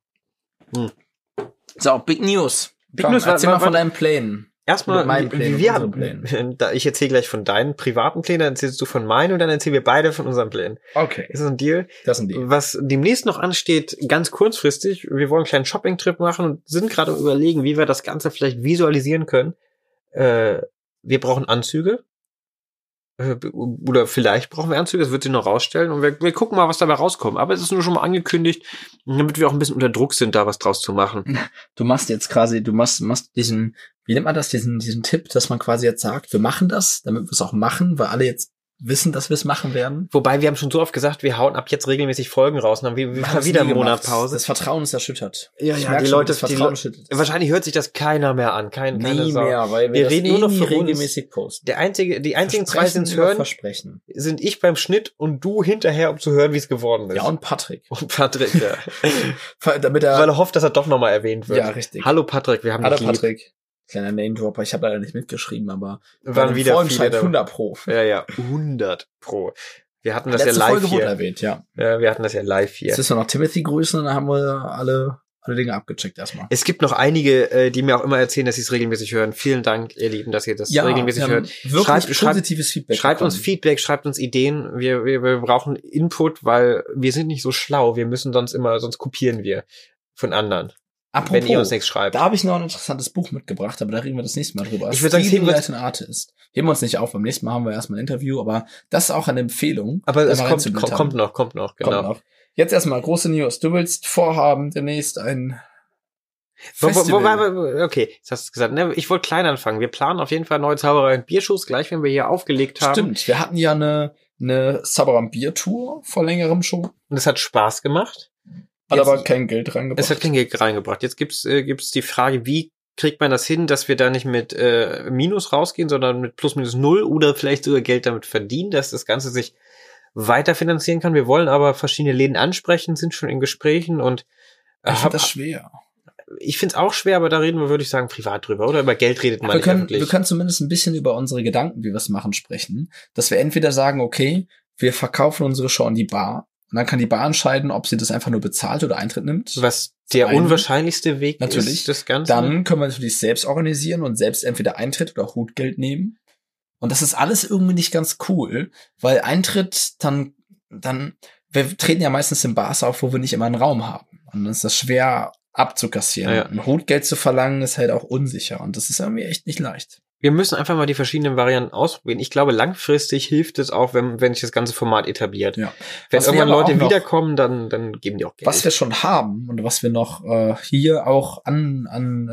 S2: So, Big News.
S1: Big News,
S2: erzähl
S1: wa-
S2: mal
S1: wa-
S2: von deinen Plänen.
S1: Erstmal,
S2: Mit meinen
S1: wie-
S2: Plänen
S1: wie wir
S2: und
S1: haben, äh,
S2: unseren
S1: Da, ich erzähle gleich von deinen privaten Plänen, dann erzählst du von meinen und dann erzählen wir beide von unseren Plänen.
S2: Okay.
S1: Ist das ein Deal?
S2: Das sind die.
S1: Was demnächst noch ansteht, ganz kurzfristig, wir wollen einen kleinen Shopping-Trip machen und sind gerade am überlegen, wie wir das Ganze vielleicht visualisieren können. Äh, wir brauchen Anzüge. Äh, Oder vielleicht brauchen wir Anzüge, das wird sich noch rausstellen und wir, wir gucken mal, was dabei rauskommt. Aber es ist nur schon mal angekündigt, damit wir auch ein bisschen unter Druck sind, da was draus zu machen.
S2: Du machst jetzt quasi, du machst, machst diesen, wie nennt man das, diesen, diesen Tipp, dass man quasi jetzt sagt, wir machen das, damit wir es auch machen, weil alle jetzt wissen, dass wir es machen werden.
S1: Wobei, wir haben schon so oft gesagt, wir hauen ab jetzt regelmäßig Folgen raus und haben wir, wir haben wieder
S2: nie
S1: eine
S2: gemacht.
S1: Monatspause.
S2: Das Vertrauen ist erschüttert.
S1: Ja,
S2: Ich
S1: ja,
S2: merk
S1: die
S2: schon,
S1: Leute-
S2: das Vertrauen
S1: die
S2: schüttert.
S1: Wahrscheinlich hört sich das keiner mehr an. Kein, keine
S2: nie
S1: Sau.
S2: mehr, weil wir,
S1: Wir
S2: das
S1: reden
S2: eh
S1: nur noch
S2: nie
S1: für uns.
S2: regelmäßig posten.
S1: Der einzige, die einzigen zwei, die
S2: Versprechen
S1: es
S2: über
S1: hören,
S2: Versprechen.
S1: sind ich beim Schnitt und du hinterher, um zu hören, wie es geworden ist.
S2: Ja, und Patrick.
S1: Und Patrick, ja.
S2: Damit
S1: Weil
S2: er,
S1: er hofft, dass er doch nochmal erwähnt wird.
S2: ja, richtig.
S1: Hallo Patrick, wir haben
S2: Hallo
S1: dich lieb.
S2: Patrick. Kleiner Name-Dropper. Ich habe leider nicht mitgeschrieben, aber
S1: Waren wieder viele
S2: Schreib
S1: da.
S2: 100 pro.
S1: Ja, ja, 100 pro. Wir hatten das
S2: Letzte
S1: ja live
S2: Folge wurde
S1: hier.
S2: erwähnt, ja.
S1: Ja, wir hatten das ja live hier.
S2: Jetzt müssen wir noch Timothy grüßen und dann haben wir alle, alle Dinge abgecheckt erstmal.
S1: Es gibt noch einige, äh, die mir auch immer erzählen, dass sie es regelmäßig hören. Vielen Dank, ihr Lieben, dass ihr das regelmäßig
S2: wir haben
S1: hört.
S2: wirklich
S1: Schreibt- schreibt-
S2: positives Feedback.
S1: Schreibt uns
S2: bekommen.
S1: Feedback, schreibt uns Ideen. Wir, wir, wir brauchen Input, weil wir sind nicht so schlau. Wir müssen sonst immer, sonst kopieren wir von anderen,
S2: Apropos,
S1: wenn ihr uns nichts schreibt.
S2: Da habe ich noch ein interessantes Buch mitgebracht, aber da reden wir das nächste Mal drüber.
S1: Ich würde sagen,
S2: Steven
S1: heben wir-
S2: Light an Artist. Heben wir uns nicht auf, beim nächsten Mal haben wir erstmal ein Interview, aber das ist auch eine Empfehlung.
S1: Aber
S2: da
S1: es
S2: mal
S1: kommt,
S2: reinzublättern.
S1: kommt, kommt noch, kommt noch,
S2: Kommt
S1: genau.
S2: noch. Jetzt erstmal große News. Du willst vorhaben, demnächst ein
S1: Wo, wo, wo,
S2: Festival.
S1: wo, wo, okay, jetzt hast du gesagt, ne, ich wollte klein anfangen. Wir planen auf jeden Fall neue Zauberer und Bierschuss, gleich wenn wir hier aufgelegt haben.
S2: Stimmt, wir hatten ja eine, eine Sabram-Bier-Tour vor längerem schon,
S1: Und es hat Spaß gemacht.
S2: hat
S1: Jetzt-
S2: aber kein Geld reingebracht.
S1: Es hat kein Geld reingebracht. Jetzt gibt's äh, gibt's die Frage, wie kriegt man das hin, dass wir da nicht mit äh, Minus rausgehen, sondern mit plus minus null oder vielleicht sogar Geld damit verdienen, dass das Ganze sich weiter finanzieren kann. Wir wollen aber verschiedene Läden ansprechen, sind schon in Gesprächen und äh,
S2: ich
S1: hab,
S2: finde das schwer.
S1: ich finde es auch schwer, aber da reden wir, würde ich sagen, privat drüber. Oder über Geld redet man
S2: Wir
S1: nicht
S2: können,
S1: öffentlich.
S2: wir können zumindest ein bisschen über unsere Gedanken, wie wir es machen, sprechen. Dass wir entweder sagen, okay, wir verkaufen unsere Show an die Bar und dann kann die Bar entscheiden, ob sie das einfach nur bezahlt oder Eintritt nimmt.
S1: Was der
S2: Zum einen-
S1: unwahrscheinlichste Weg
S2: Natürlich.
S1: ist, das Ganze.
S2: Dann können wir natürlich selbst organisieren und selbst entweder Eintritt oder Hutgeld nehmen. Und das ist alles irgendwie nicht ganz cool, weil Eintritt dann, dann, wir treten ja meistens in Bars auf, wo wir nicht immer einen Raum haben. Und dann ist das schwer abzukassieren.
S1: Ja, ja.
S2: Ein Hutgeld zu verlangen ist halt auch unsicher und das ist irgendwie echt nicht leicht.
S1: wir müssen einfach mal die verschiedenen Varianten ausprobieren. Ich glaube, langfristig hilft es auch, wenn, wenn sich das ganze Format etabliert.
S2: Ja.
S1: Wenn
S2: Was wir
S1: irgendwann
S2: aber auch
S1: Leute
S2: noch-
S1: wiederkommen, dann, dann geben die auch Geld.
S2: Was wir schon haben und was wir noch äh, hier auch an, an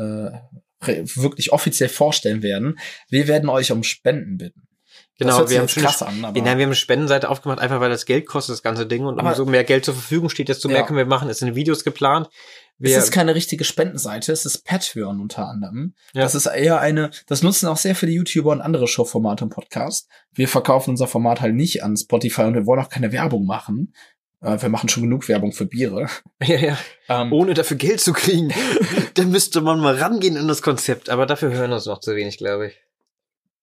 S2: äh, re- wirklich offiziell vorstellen werden, wir werden euch um Spenden bitten. das
S1: genau,
S2: hört sich
S1: wir haben,
S2: jetzt
S1: schon eine,
S2: krass an, aber
S1: nein, wir haben eine Spendenseite aufgemacht, einfach weil das Geld kostet, das ganze Ding. Und
S2: Aber-
S1: umso mehr Geld zur Verfügung steht, desto mehr
S2: Ja.
S1: können wir machen. Es sind Videos geplant. Wir,
S2: es ist keine richtige Spendenseite, es ist Patreon unter anderem.
S1: Ja.
S2: Das ist eher eine, das nutzen auch sehr viele YouTuber und andere Showformate und Podcasts. Wir verkaufen unser Format halt nicht an Spotify und wir wollen auch keine Werbung machen. Äh, wir machen schon genug Werbung für Biere.
S1: ja, ja.
S2: Ähm,
S1: Ohne dafür Geld zu kriegen, dann müsste man mal rangehen in das Konzept. Aber dafür hören uns noch zu wenig, glaube ich.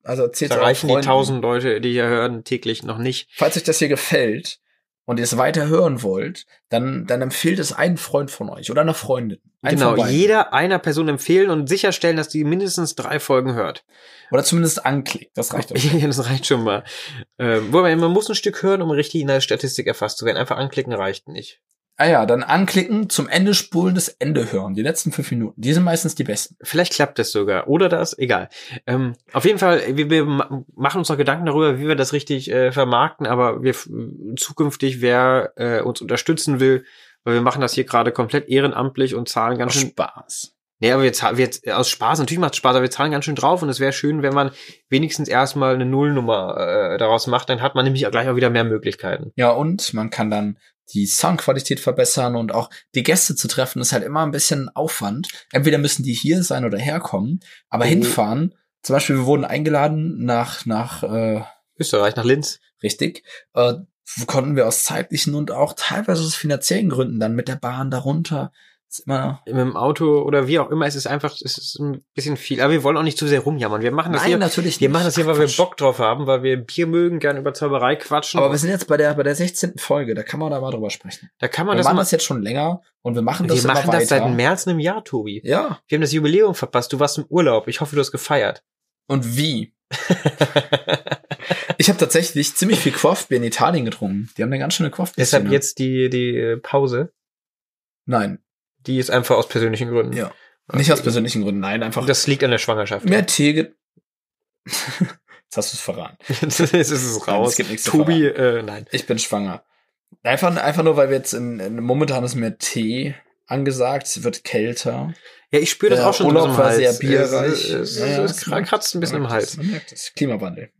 S2: also erzählt
S1: Da reichen die tausend Leute, die hier hören, täglich noch nicht.
S2: falls euch das hier gefällt und ihr es weiter hören wollt, dann, dann empfehlt es einen Freund von euch oder einer Freundin. Einen
S1: genau,
S2: von beiden.
S1: jeder einer Person empfehlen und sicherstellen, dass die mindestens drei Folgen hört.
S2: Oder zumindest anklickt. Das reicht euch.
S1: Ja, das reicht schon mal. Ähm, wobei, man muss ein Stück hören, um richtig in der Statistik erfasst zu werden. Einfach anklicken reicht nicht.
S2: Ah ja, dann anklicken, zum Ende spulen, das Ende hören. Die letzten fünf Minuten. Die sind meistens die besten.
S1: Vielleicht klappt es sogar. Oder das, egal. Ähm, auf jeden Fall, wir, wir ma- machen uns noch Gedanken darüber, wie wir das richtig äh, vermarkten, aber wir f- zukünftig, wer äh, uns unterstützen will, weil wir machen das hier gerade komplett ehrenamtlich und zahlen ganz
S2: Macht
S1: schön.
S2: Spaß.
S1: Nee, aber wir zahlen wir jetzt aus Spaß, natürlich macht Spaß, aber wir zahlen ganz schön drauf und es wäre schön, wenn man wenigstens erstmal eine Nullnummer äh, daraus macht, dann hat man nämlich auch gleich auch wieder mehr Möglichkeiten.
S2: Ja, und man kann dann die Soundqualität verbessern und auch die Gäste zu treffen, ist halt immer ein bisschen Aufwand. Entweder müssen die hier sein oder herkommen, aber
S1: Mhm.
S2: hinfahren. Zum Beispiel, wir wurden eingeladen nach, nach, äh,
S1: Österreich nach Linz.
S2: richtig, äh, konnten wir aus zeitlichen und auch teilweise aus finanziellen Gründen dann mit der Bahn darunter. Ist immer,
S1: Mit dem Auto oder wie auch immer, es ist einfach, es ist ein bisschen viel. Aber wir wollen auch nicht zu sehr rumjammern. Wir machen das hier,
S2: natürlich
S1: wir machen das hier, weil wir
S2: Quatsch.
S1: Bock drauf haben, weil wir Bier mögen, gern über Zauberei quatschen.
S2: Aber wir sind jetzt bei der, bei der 16. Folge, da kann man da mal drüber sprechen.
S1: da kann
S2: Wir
S1: man das
S2: machen
S1: mal,
S2: das jetzt schon länger und wir machen das
S1: wir machen
S2: immer
S1: das
S2: weiter.
S1: seit März einem Jahr, Tobi.
S2: ja.
S1: Wir haben das Jubiläum verpasst. Du warst im Urlaub. Ich hoffe, du hast gefeiert.
S2: Und wie? Ich habe tatsächlich ziemlich viel Quaffbier in Italien getrunken. Die haben eine ganz schöne Quaffbier.
S1: Deshalb jetzt die, die äh, Pause.
S2: Nein,
S1: Die ist einfach aus persönlichen Gründen. Ähm,
S2: Ja. nicht aus persönlichen Gründen. Nein, einfach
S1: Das liegt an der Schwangerschaft.
S2: mehr Tee. ge- jetzt hast du es verraten.
S1: Jetzt ist es
S2: Nein,
S1: raus.
S2: es gibt nichts zu
S1: Tobi, äh, nein.
S2: Ich bin schwanger. Einfach, einfach nur, weil wir jetzt in, in momentan ist mehr Tee angesagt. Es wird kälter.
S1: Ja, ich spüre das
S2: Der
S1: auch schon
S2: Urlaub
S1: so im
S2: war
S1: Hals.
S2: sehr
S1: Es,
S2: bierreich.
S1: es,
S2: Ja, ja,
S1: es,
S2: das
S1: es kratzt ein bisschen im Hals.
S2: Man merkt es. Klimawandel.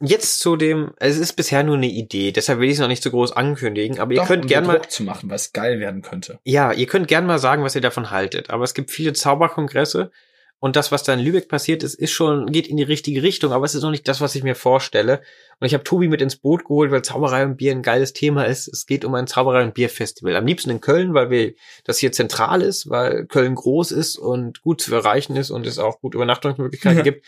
S1: Jetzt zu dem, es ist bisher nur eine Idee, deshalb will ich es noch nicht so groß ankündigen, aber ihr
S2: Doch,
S1: könnt
S2: um
S1: gern
S2: so
S1: mal,
S2: Druck zu machen, weil es geil werden könnte.
S1: ja, ihr könnt gern mal sagen, was ihr davon haltet, aber es gibt viele Zauberkongresse und das, was da in Lübeck passiert ist, ist schon, geht in die richtige Richtung, aber es ist noch nicht das, was ich mir vorstelle. Und ich habe Tobi mit ins Boot geholt, weil Zauberei und Bier ein geiles Thema ist. Es geht um ein Zauberei und Bier Festival. Am liebsten in Köln, weil wir, das hier zentral ist, weil Köln groß ist und gut zu erreichen ist und es auch gut Übernachtungsmöglichkeiten
S2: Ja.
S1: gibt.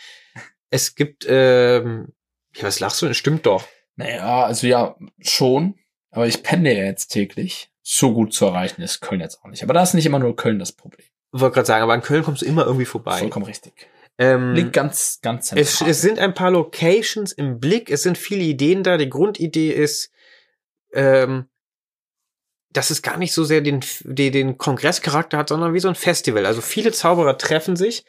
S1: Es gibt, ähm, ja, was lachst du denn? Stimmt doch.
S2: Naja, also ja, schon. Aber ich pendle ja jetzt täglich. So gut zu erreichen ist Köln jetzt auch nicht. Aber da ist nicht immer nur Köln das Problem.
S1: Wollte gerade sagen, aber in Köln kommst du immer irgendwie vorbei.
S2: Vollkommen richtig.
S1: Ähm,
S2: Liegt ganz, ganz
S1: es,
S2: zentral.
S1: es sind ein paar Locations im Blick, es sind viele Ideen da. Die Grundidee ist, ähm, dass es gar nicht so sehr den, die, den Kongresscharakter hat, sondern wie so ein Festival. Also viele Zauberer treffen sich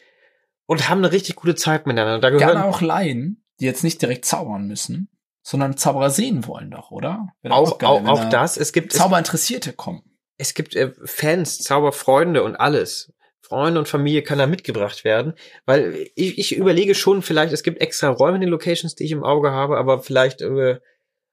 S1: und haben eine richtig gute Zeit miteinander. Da gehören
S2: Gerne auch Laien, die jetzt nicht direkt zaubern müssen, sondern Zauberer sehen wollen doch, oder? Wäre doch
S1: auch,
S2: geil,
S1: auch,
S2: wenn
S1: auch
S2: da
S1: das. Es gibt, es,
S2: Zauberinteressierte kommen.
S1: es gibt äh, Fans, Zauberfreunde und alles. Freunde und Familie kann da mitgebracht werden, weil ich, ich überlege schon, vielleicht, es gibt extra Räume in den Locations, die ich im Auge habe, aber vielleicht, äh,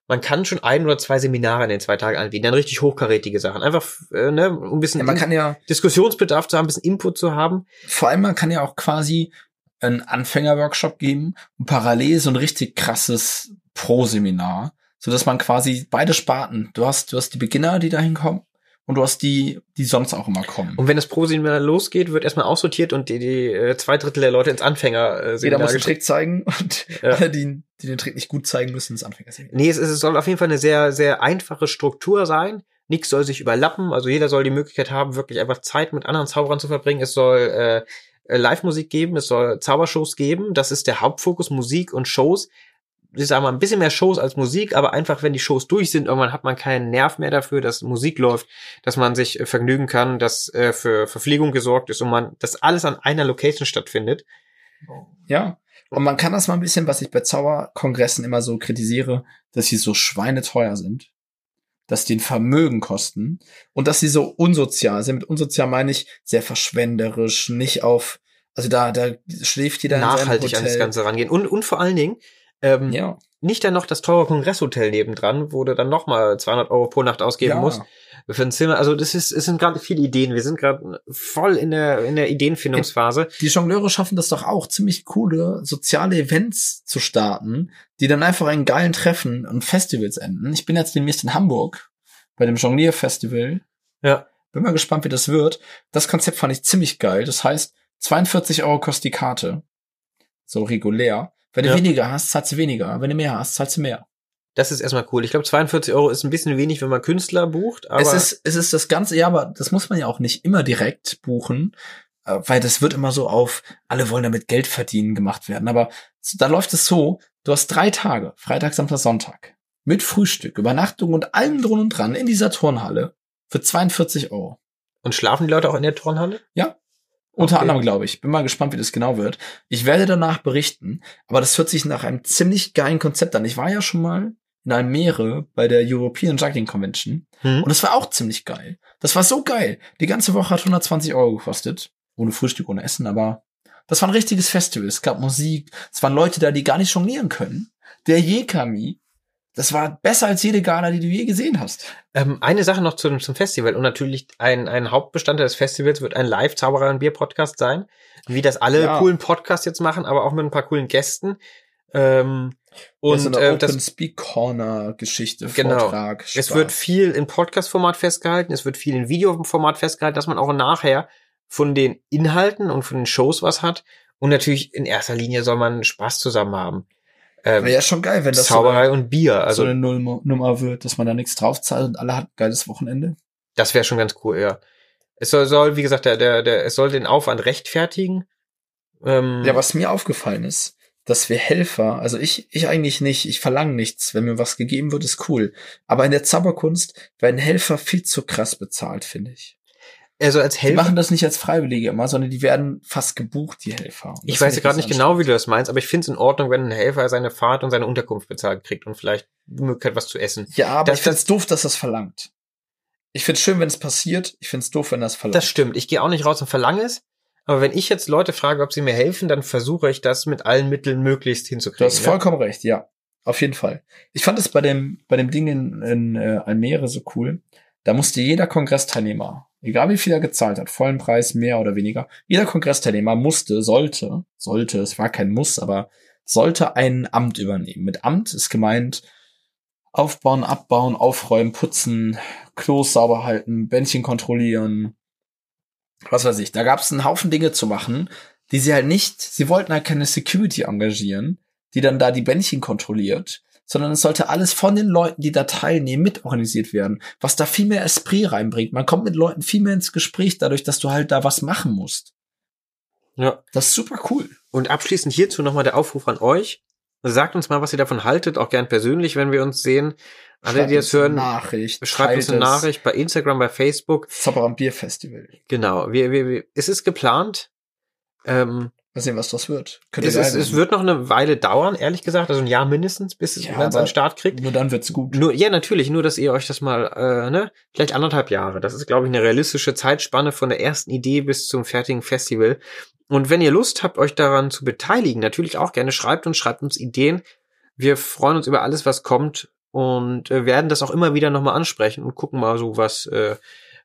S1: man kann schon ein oder zwei Seminare in den zwei Tagen anbieten, dann richtig hochkarätige Sachen. Einfach, äh, ne, um ein bisschen
S2: Ja, man kann ja,
S1: Diskussionsbedarf zu haben, ein bisschen Input zu haben.
S2: Mhm. vor allem man kann ja auch quasi einen Anfängerworkshop geben und parallel so ein richtig krasses Pro-Seminar, so dass man quasi beide Sparten, du hast, du hast die Beginner, die da hinkommen und du hast die, die sonst auch immer kommen.
S1: Und wenn das Proseminar losgeht, wird erstmal aussortiert und die, die äh, zwei Drittel der Leute ins Anfänger äh,
S2: Jeder
S1: seminar
S2: muss einen Trick zeigen und
S1: Ja.
S2: alle, die, die den Trick nicht gut zeigen müssen, ins Anfängerseminar.
S1: Nee, es, ist- es soll auf jeden Fall eine sehr, sehr einfache Struktur sein. Nichts soll sich überlappen. Also jeder soll die Möglichkeit haben, wirklich einfach Zeit mit anderen Zauberern zu verbringen. Es soll äh, äh, Live-Musik geben, es soll Zaubershows geben. Das ist der Hauptfokus, Musik und Shows. Ich sage mal, ein bisschen mehr Shows als Musik, aber einfach, wenn die Shows durch sind, irgendwann hat man keinen Nerv mehr dafür, dass Musik läuft, dass man sich äh, vergnügen kann, dass äh, für Verpflegung gesorgt ist und man, dass alles an einer Location stattfindet.
S2: Ja. Und man kann das mal ein bisschen, was ich bei Zauberkongressen immer so kritisiere, dass sie so schweineteuer sind, dass die ein Vermögen kosten und dass sie so unsozial sind. Mit unsozial meine ich sehr verschwenderisch, nicht auf, also da, da schläft jeder in
S1: Nachhaltig
S2: seinem
S1: an das
S2: Hotel.
S1: Ganze rangehen. Und, und vor allen Dingen, ähm,
S2: Ja,
S1: nicht dann noch das teure Kongresshotel nebendran, wo du dann nochmal 200 Euro pro Nacht ausgeben
S2: ja.
S1: musst für ein Zimmer. Also das ist, es sind gerade viele Ideen. Wir sind gerade voll in der, in der Ideenfindungsphase.
S2: Die Jongleure schaffen das doch auch, ziemlich coole soziale Events zu starten, die dann einfach in geilen Treffen und Festivals enden. Ich bin jetzt demnächst in Hamburg bei dem Jonglier-Festival.
S1: Ja.
S2: Bin mal gespannt, wie das wird. Das Konzept fand ich ziemlich geil. Das heißt, 42 Euro kostet die Karte. So regulär. Wenn du
S1: Ja.
S2: weniger hast, zahlst du weniger. Wenn du mehr hast, zahlst du mehr.
S1: Das ist erstmal cool. Ich glaube, 42 Euro ist ein bisschen wenig, wenn man Künstler bucht, aber
S2: es ist, es ist das Ganze, ja, aber das muss man ja auch nicht immer direkt buchen, äh, weil das wird immer so auf, alle wollen damit Geld verdienen gemacht werden. Aber s- da läuft es so, du hast drei Tage, Freitag, Samstag, Sonntag, mit Frühstück, Übernachtung und allem drum und dran in dieser Turnhalle für 42 Euro.
S1: und schlafen die Leute auch in der Turnhalle?
S2: Unter
S1: Okay.
S2: anderem, glaube ich. Bin mal gespannt, wie das genau wird. Ich werde danach berichten, aber das hört sich nach einem ziemlich geilen Konzept an. Ich war ja schon mal in Almere bei der European Juggling Convention.
S1: Hm?
S2: Und das war auch ziemlich geil. Das war so geil. Die ganze Woche hat 120 Euro gekostet. Ohne Frühstück, ohne Essen, aber das war ein richtiges Festival. Es gab Musik. Es waren Leute da, die gar nicht jonglieren können. Der Jekami, Das war besser als jede Gala, die du je gesehen hast.
S1: Ähm, eine Sache noch zum, zum Festival und natürlich ein, ein Hauptbestandteil des Festivals wird ein Live-Zauberer und Bier-Podcast sein, wie das alle
S2: Ja.
S1: coolen Podcasts jetzt machen, aber auch mit ein paar coolen Gästen. Ähm, und
S2: so eine
S1: äh,
S2: Open
S1: das,
S2: Speak Corner Geschichte,
S1: Genau.
S2: Vortrag.
S1: es
S2: Spaß.
S1: wird viel im Podcast-Format festgehalten, es wird viel im Videoformat festgehalten, dass man auch nachher von den Inhalten und von den Shows was hat. Und natürlich in erster Linie soll man Spaß zusammen haben. Ähm,
S2: Wäre ja schon geil, wenn das so
S1: Zauberei
S2: eine,
S1: und Bier, also
S2: so eine Null Nummer wird, dass man da nichts drauf zahlt und alle hat ein geiles Wochenende.
S1: Das wäre schon ganz cool, ja. Es soll, soll wie gesagt, der, der, der, es soll den Aufwand rechtfertigen. Ähm,
S2: Ja, was mir aufgefallen ist, dass wir Helfer, also ich, ich eigentlich nicht, ich verlange nichts. Wenn mir was gegeben wird, ist cool. Aber in der Zauberkunst werden Helfer viel zu krass bezahlt, finde ich.
S1: also als
S2: Die
S1: Helfer,
S2: machen das nicht als Freiwillige immer, sondern die werden fast gebucht, die Helfer. Und
S1: ich
S2: das
S1: weiß
S2: finde
S1: gerade nicht
S2: ganz
S1: genau, wie du das meinst, aber ich finde es in Ordnung, wenn ein Helfer seine Fahrt und seine Unterkunft bezahlt kriegt und vielleicht die Möglichkeit, was zu essen.
S2: Ja, aber
S1: genau. Das-
S2: ich find's doof, dass das verlangt. Ich find's schön, wenn es passiert. Ich find's doof, wenn das verlangt.
S1: Das stimmt. Ich gehe auch nicht raus und verlange es. Aber wenn ich jetzt Leute frage, ob sie mir helfen, dann versuche ich das mit allen Mitteln möglichst
S2: Du
S1: hinzukriegen.
S2: hast
S1: ja.
S2: vollkommen recht, ja. Auf jeden Fall. Ich fand es bei dem, bei dem Ding in, in äh, Almere so cool. Da musste jeder Kongressteilnehmer, egal wie viel er gezahlt hat, vollen Preis, mehr oder weniger, jeder Kongressteilnehmer musste, sollte, sollte, es war kein Muss, aber sollte ein Amt übernehmen. Mit Amt ist gemeint, aufbauen, abbauen, aufräumen, putzen, Klos sauber halten, Bändchen kontrollieren, was weiß ich. Da gab es einen Haufen Dinge zu machen, die sie halt nicht, sie wollten halt keine Security engagieren, die dann da die Bändchen kontrolliert, sondern es sollte alles von den Leuten, die da teilnehmen, mitorganisiert werden, was da viel mehr Esprit reinbringt. Man kommt mit Leuten viel mehr ins Gespräch dadurch, dass du halt da was machen musst.
S1: ne? Ja.
S2: Das ist super cool.
S1: Und abschließend hierzu nochmal der Aufruf an euch. Sagt uns mal, was ihr davon haltet, auch gern persönlich, wenn wir uns sehen. Alle,
S2: Schreibt
S1: die das
S2: uns eine
S1: hören,
S2: Nachricht,
S1: schreibt uns eine
S2: teilt es.
S1: Nachricht bei Instagram, bei Facebook.
S2: Zapper am Bier Festival.
S1: Genau, wir, wir, wir, es ist geplant. Ähm,
S2: Mal sehen, was das wird. Könnte
S1: es,
S2: geil
S1: es, es
S2: werden.
S1: wird noch eine Weile dauern, ehrlich gesagt, also ein Jahr mindestens, bis es
S2: Ja,
S1: ja, an
S2: aber-
S1: den Start kriegt.
S2: Nur dann wird's gut.
S1: Nur, ja, natürlich, nur, dass ihr euch das mal, äh, ne, vielleicht anderthalb Jahre. Das ist, glaube ich, eine realistische Zeitspanne von der ersten Idee bis zum fertigen Festival. Und wenn ihr Lust habt, euch daran zu beteiligen, natürlich auch gerne schreibt uns, schreibt uns Ideen. Wir freuen uns über alles, was kommt und äh, werden das auch immer wieder nochmal ansprechen und gucken mal so, was, äh,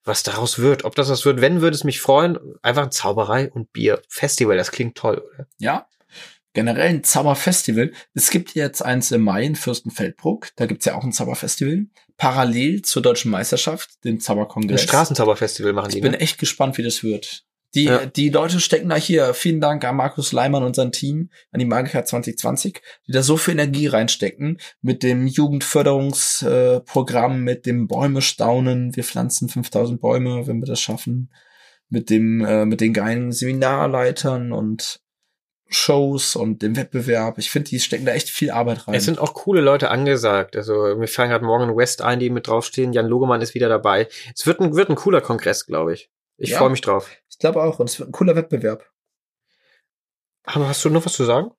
S1: was daraus wird. Ob das was wird, wenn, würde es mich freuen. Einfach ein Zauberei und Bier. Festival, das klingt toll, oder?
S2: Ja. Generell ein Zauberfestival. Es gibt jetzt eins im Mai in Fürstenfeldbruck. Da gibt's ja auch ein Zauberfestival. Parallel zur Deutschen Meisterschaft, dem
S1: Ein
S2: Zauberkongress.
S1: Straßenzauberfestival machen die.
S2: Ich bin
S1: ne?
S2: echt gespannt, wie das wird. Die,
S1: Ja.
S2: die Leute stecken da hier. Vielen Dank an Markus Leimann und sein Team, an die Magica 2020, die da so viel Energie reinstecken. Mit dem Jugendförderungsprogramm, äh, mit dem Bäume staunen. Wir pflanzen 5000 Bäume, wenn wir das schaffen. Mit dem, äh, mit den geilen Seminarleitern und Shows und dem Wettbewerb. Ich finde, die stecken da echt viel Arbeit rein.
S1: Es sind auch coole Leute angesagt. Also mir fallen gerade morgen West ein, die mit draufstehen. Jan Logemann ist wieder dabei. Es wird ein, wird ein cooler Kongress, glaube ich. Ich
S2: Ja.
S1: freue mich drauf.
S2: ich glaube auch. Und es wird ein cooler Wettbewerb.
S1: Aber hast du noch was zu sagen?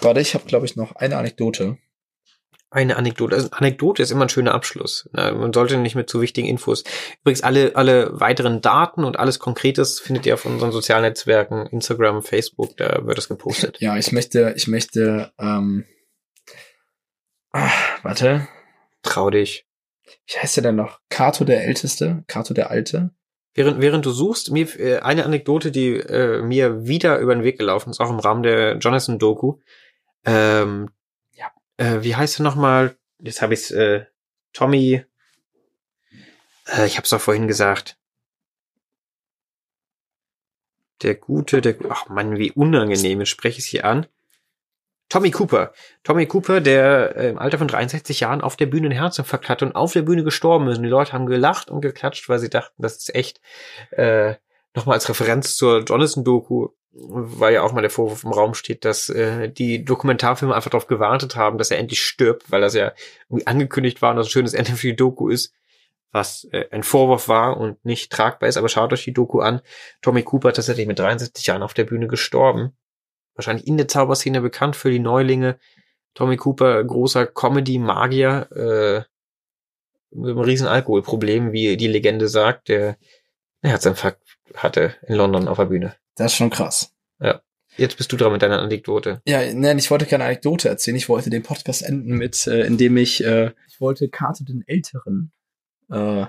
S2: Warte, ich habe, glaube ich, noch eine Anekdote.
S1: Eine Anekdote. Also Anekdote ist immer ein schöner Abschluss. Na, man sollte nicht mit zu wichtigen Infos. Übrigens, alle, alle weiteren Daten und alles Konkretes findet ihr auf unseren sozialen Netzwerken, Instagram, Facebook, da wird es gepostet.
S2: Ja, ich möchte, ich möchte, ähm, ah, warte,
S1: Trau dich.
S2: wie heißt der denn noch? Kato der Älteste, Kato der Alte.
S1: Während, während du suchst, mir äh, eine Anekdote, die äh, mir wieder über den Weg gelaufen ist, auch im Rahmen der Jonathan-Doku. Ähm,
S2: Ja.
S1: Äh, wie heißt er nochmal? Jetzt habe ich's, äh, Tommy. Äh, ich habe es doch vorhin gesagt. Der gute, der ach Mann, wie unangenehm, jetzt spreche ich es hier an. Tommy Cooper. Tommy Cooper, der äh, im Alter von 63 Jahren auf der Bühne einen Herzinfarkt hatte und auf der Bühne gestorben ist. Und die Leute haben gelacht und geklatscht, weil sie dachten, das ist echt. Äh, Nochmal als Referenz zur Jonathan-Doku, weil ja auch mal der Vorwurf im Raum steht, dass äh, die Dokumentarfilme einfach darauf gewartet haben, dass er endlich stirbt, weil das ja irgendwie angekündigt war und das ein schönes Ende für die Doku ist, was äh, ein Vorwurf war und nicht tragbar ist. Aber schaut euch die Doku an. Tommy Cooper ist tatsächlich mit 73 Jahren auf der Bühne gestorben. Wahrscheinlich in der Zauberszene bekannt für die Neulinge. Tommy Cooper, großer Comedy-Magier, äh, mit einem riesen Alkoholproblem, wie die Legende sagt, der einen Herzinfarkt hatte in London auf der Bühne.
S2: Das ist schon krass.
S1: Ja. Jetzt bist du dran mit deiner Anekdote.
S2: Ja, nein, ich wollte keine Anekdote erzählen. Ich wollte den Podcast enden mit, äh, indem ich, äh, ich wollte Karte den Älteren äh,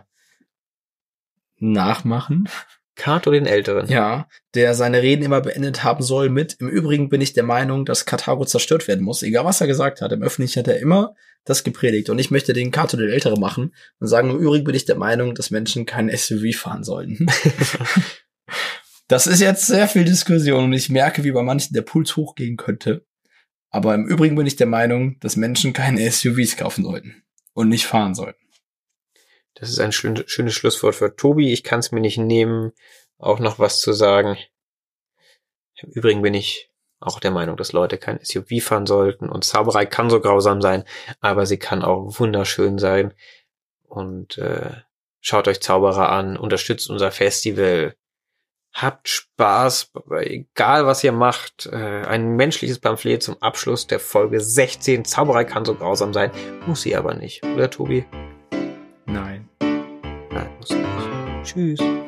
S2: nachmachen.
S1: Kato den Älteren.
S2: Ja, der seine Reden immer beendet haben soll mit, im Übrigen bin ich der Meinung, dass Karthago zerstört werden muss. Egal was er gesagt hat, im Öffentlichen hat er immer das gepredigt. Und ich möchte den Kato den Älteren machen und sagen, im Übrigen bin ich der Meinung, dass Menschen kein SUV fahren sollten. das ist jetzt sehr viel Diskussion und ich merke, wie bei manchen der Puls hochgehen könnte. Aber im Übrigen bin ich der Meinung, dass Menschen keine SUVs kaufen sollten und nicht fahren sollten.
S1: Das ist ein schön, schönes Schlusswort für Tobi. Ich kann es mir nicht nehmen, auch noch was zu sagen. Im Übrigen bin ich auch der Meinung, dass Leute kein SUV fahren sollten. Und Zauberei kann so grausam sein, aber sie kann auch wunderschön sein. Und äh, schaut euch Zauberer an, unterstützt unser Festival. Habt Spaß, bei- egal was ihr macht. Äh, ein menschliches Pamphlet zum Abschluss der Folge 16. Zauberei kann so grausam sein, muss sie aber nicht. Oder Tobi?
S2: Nein.
S1: Nein, muss sie nicht. Tschüss.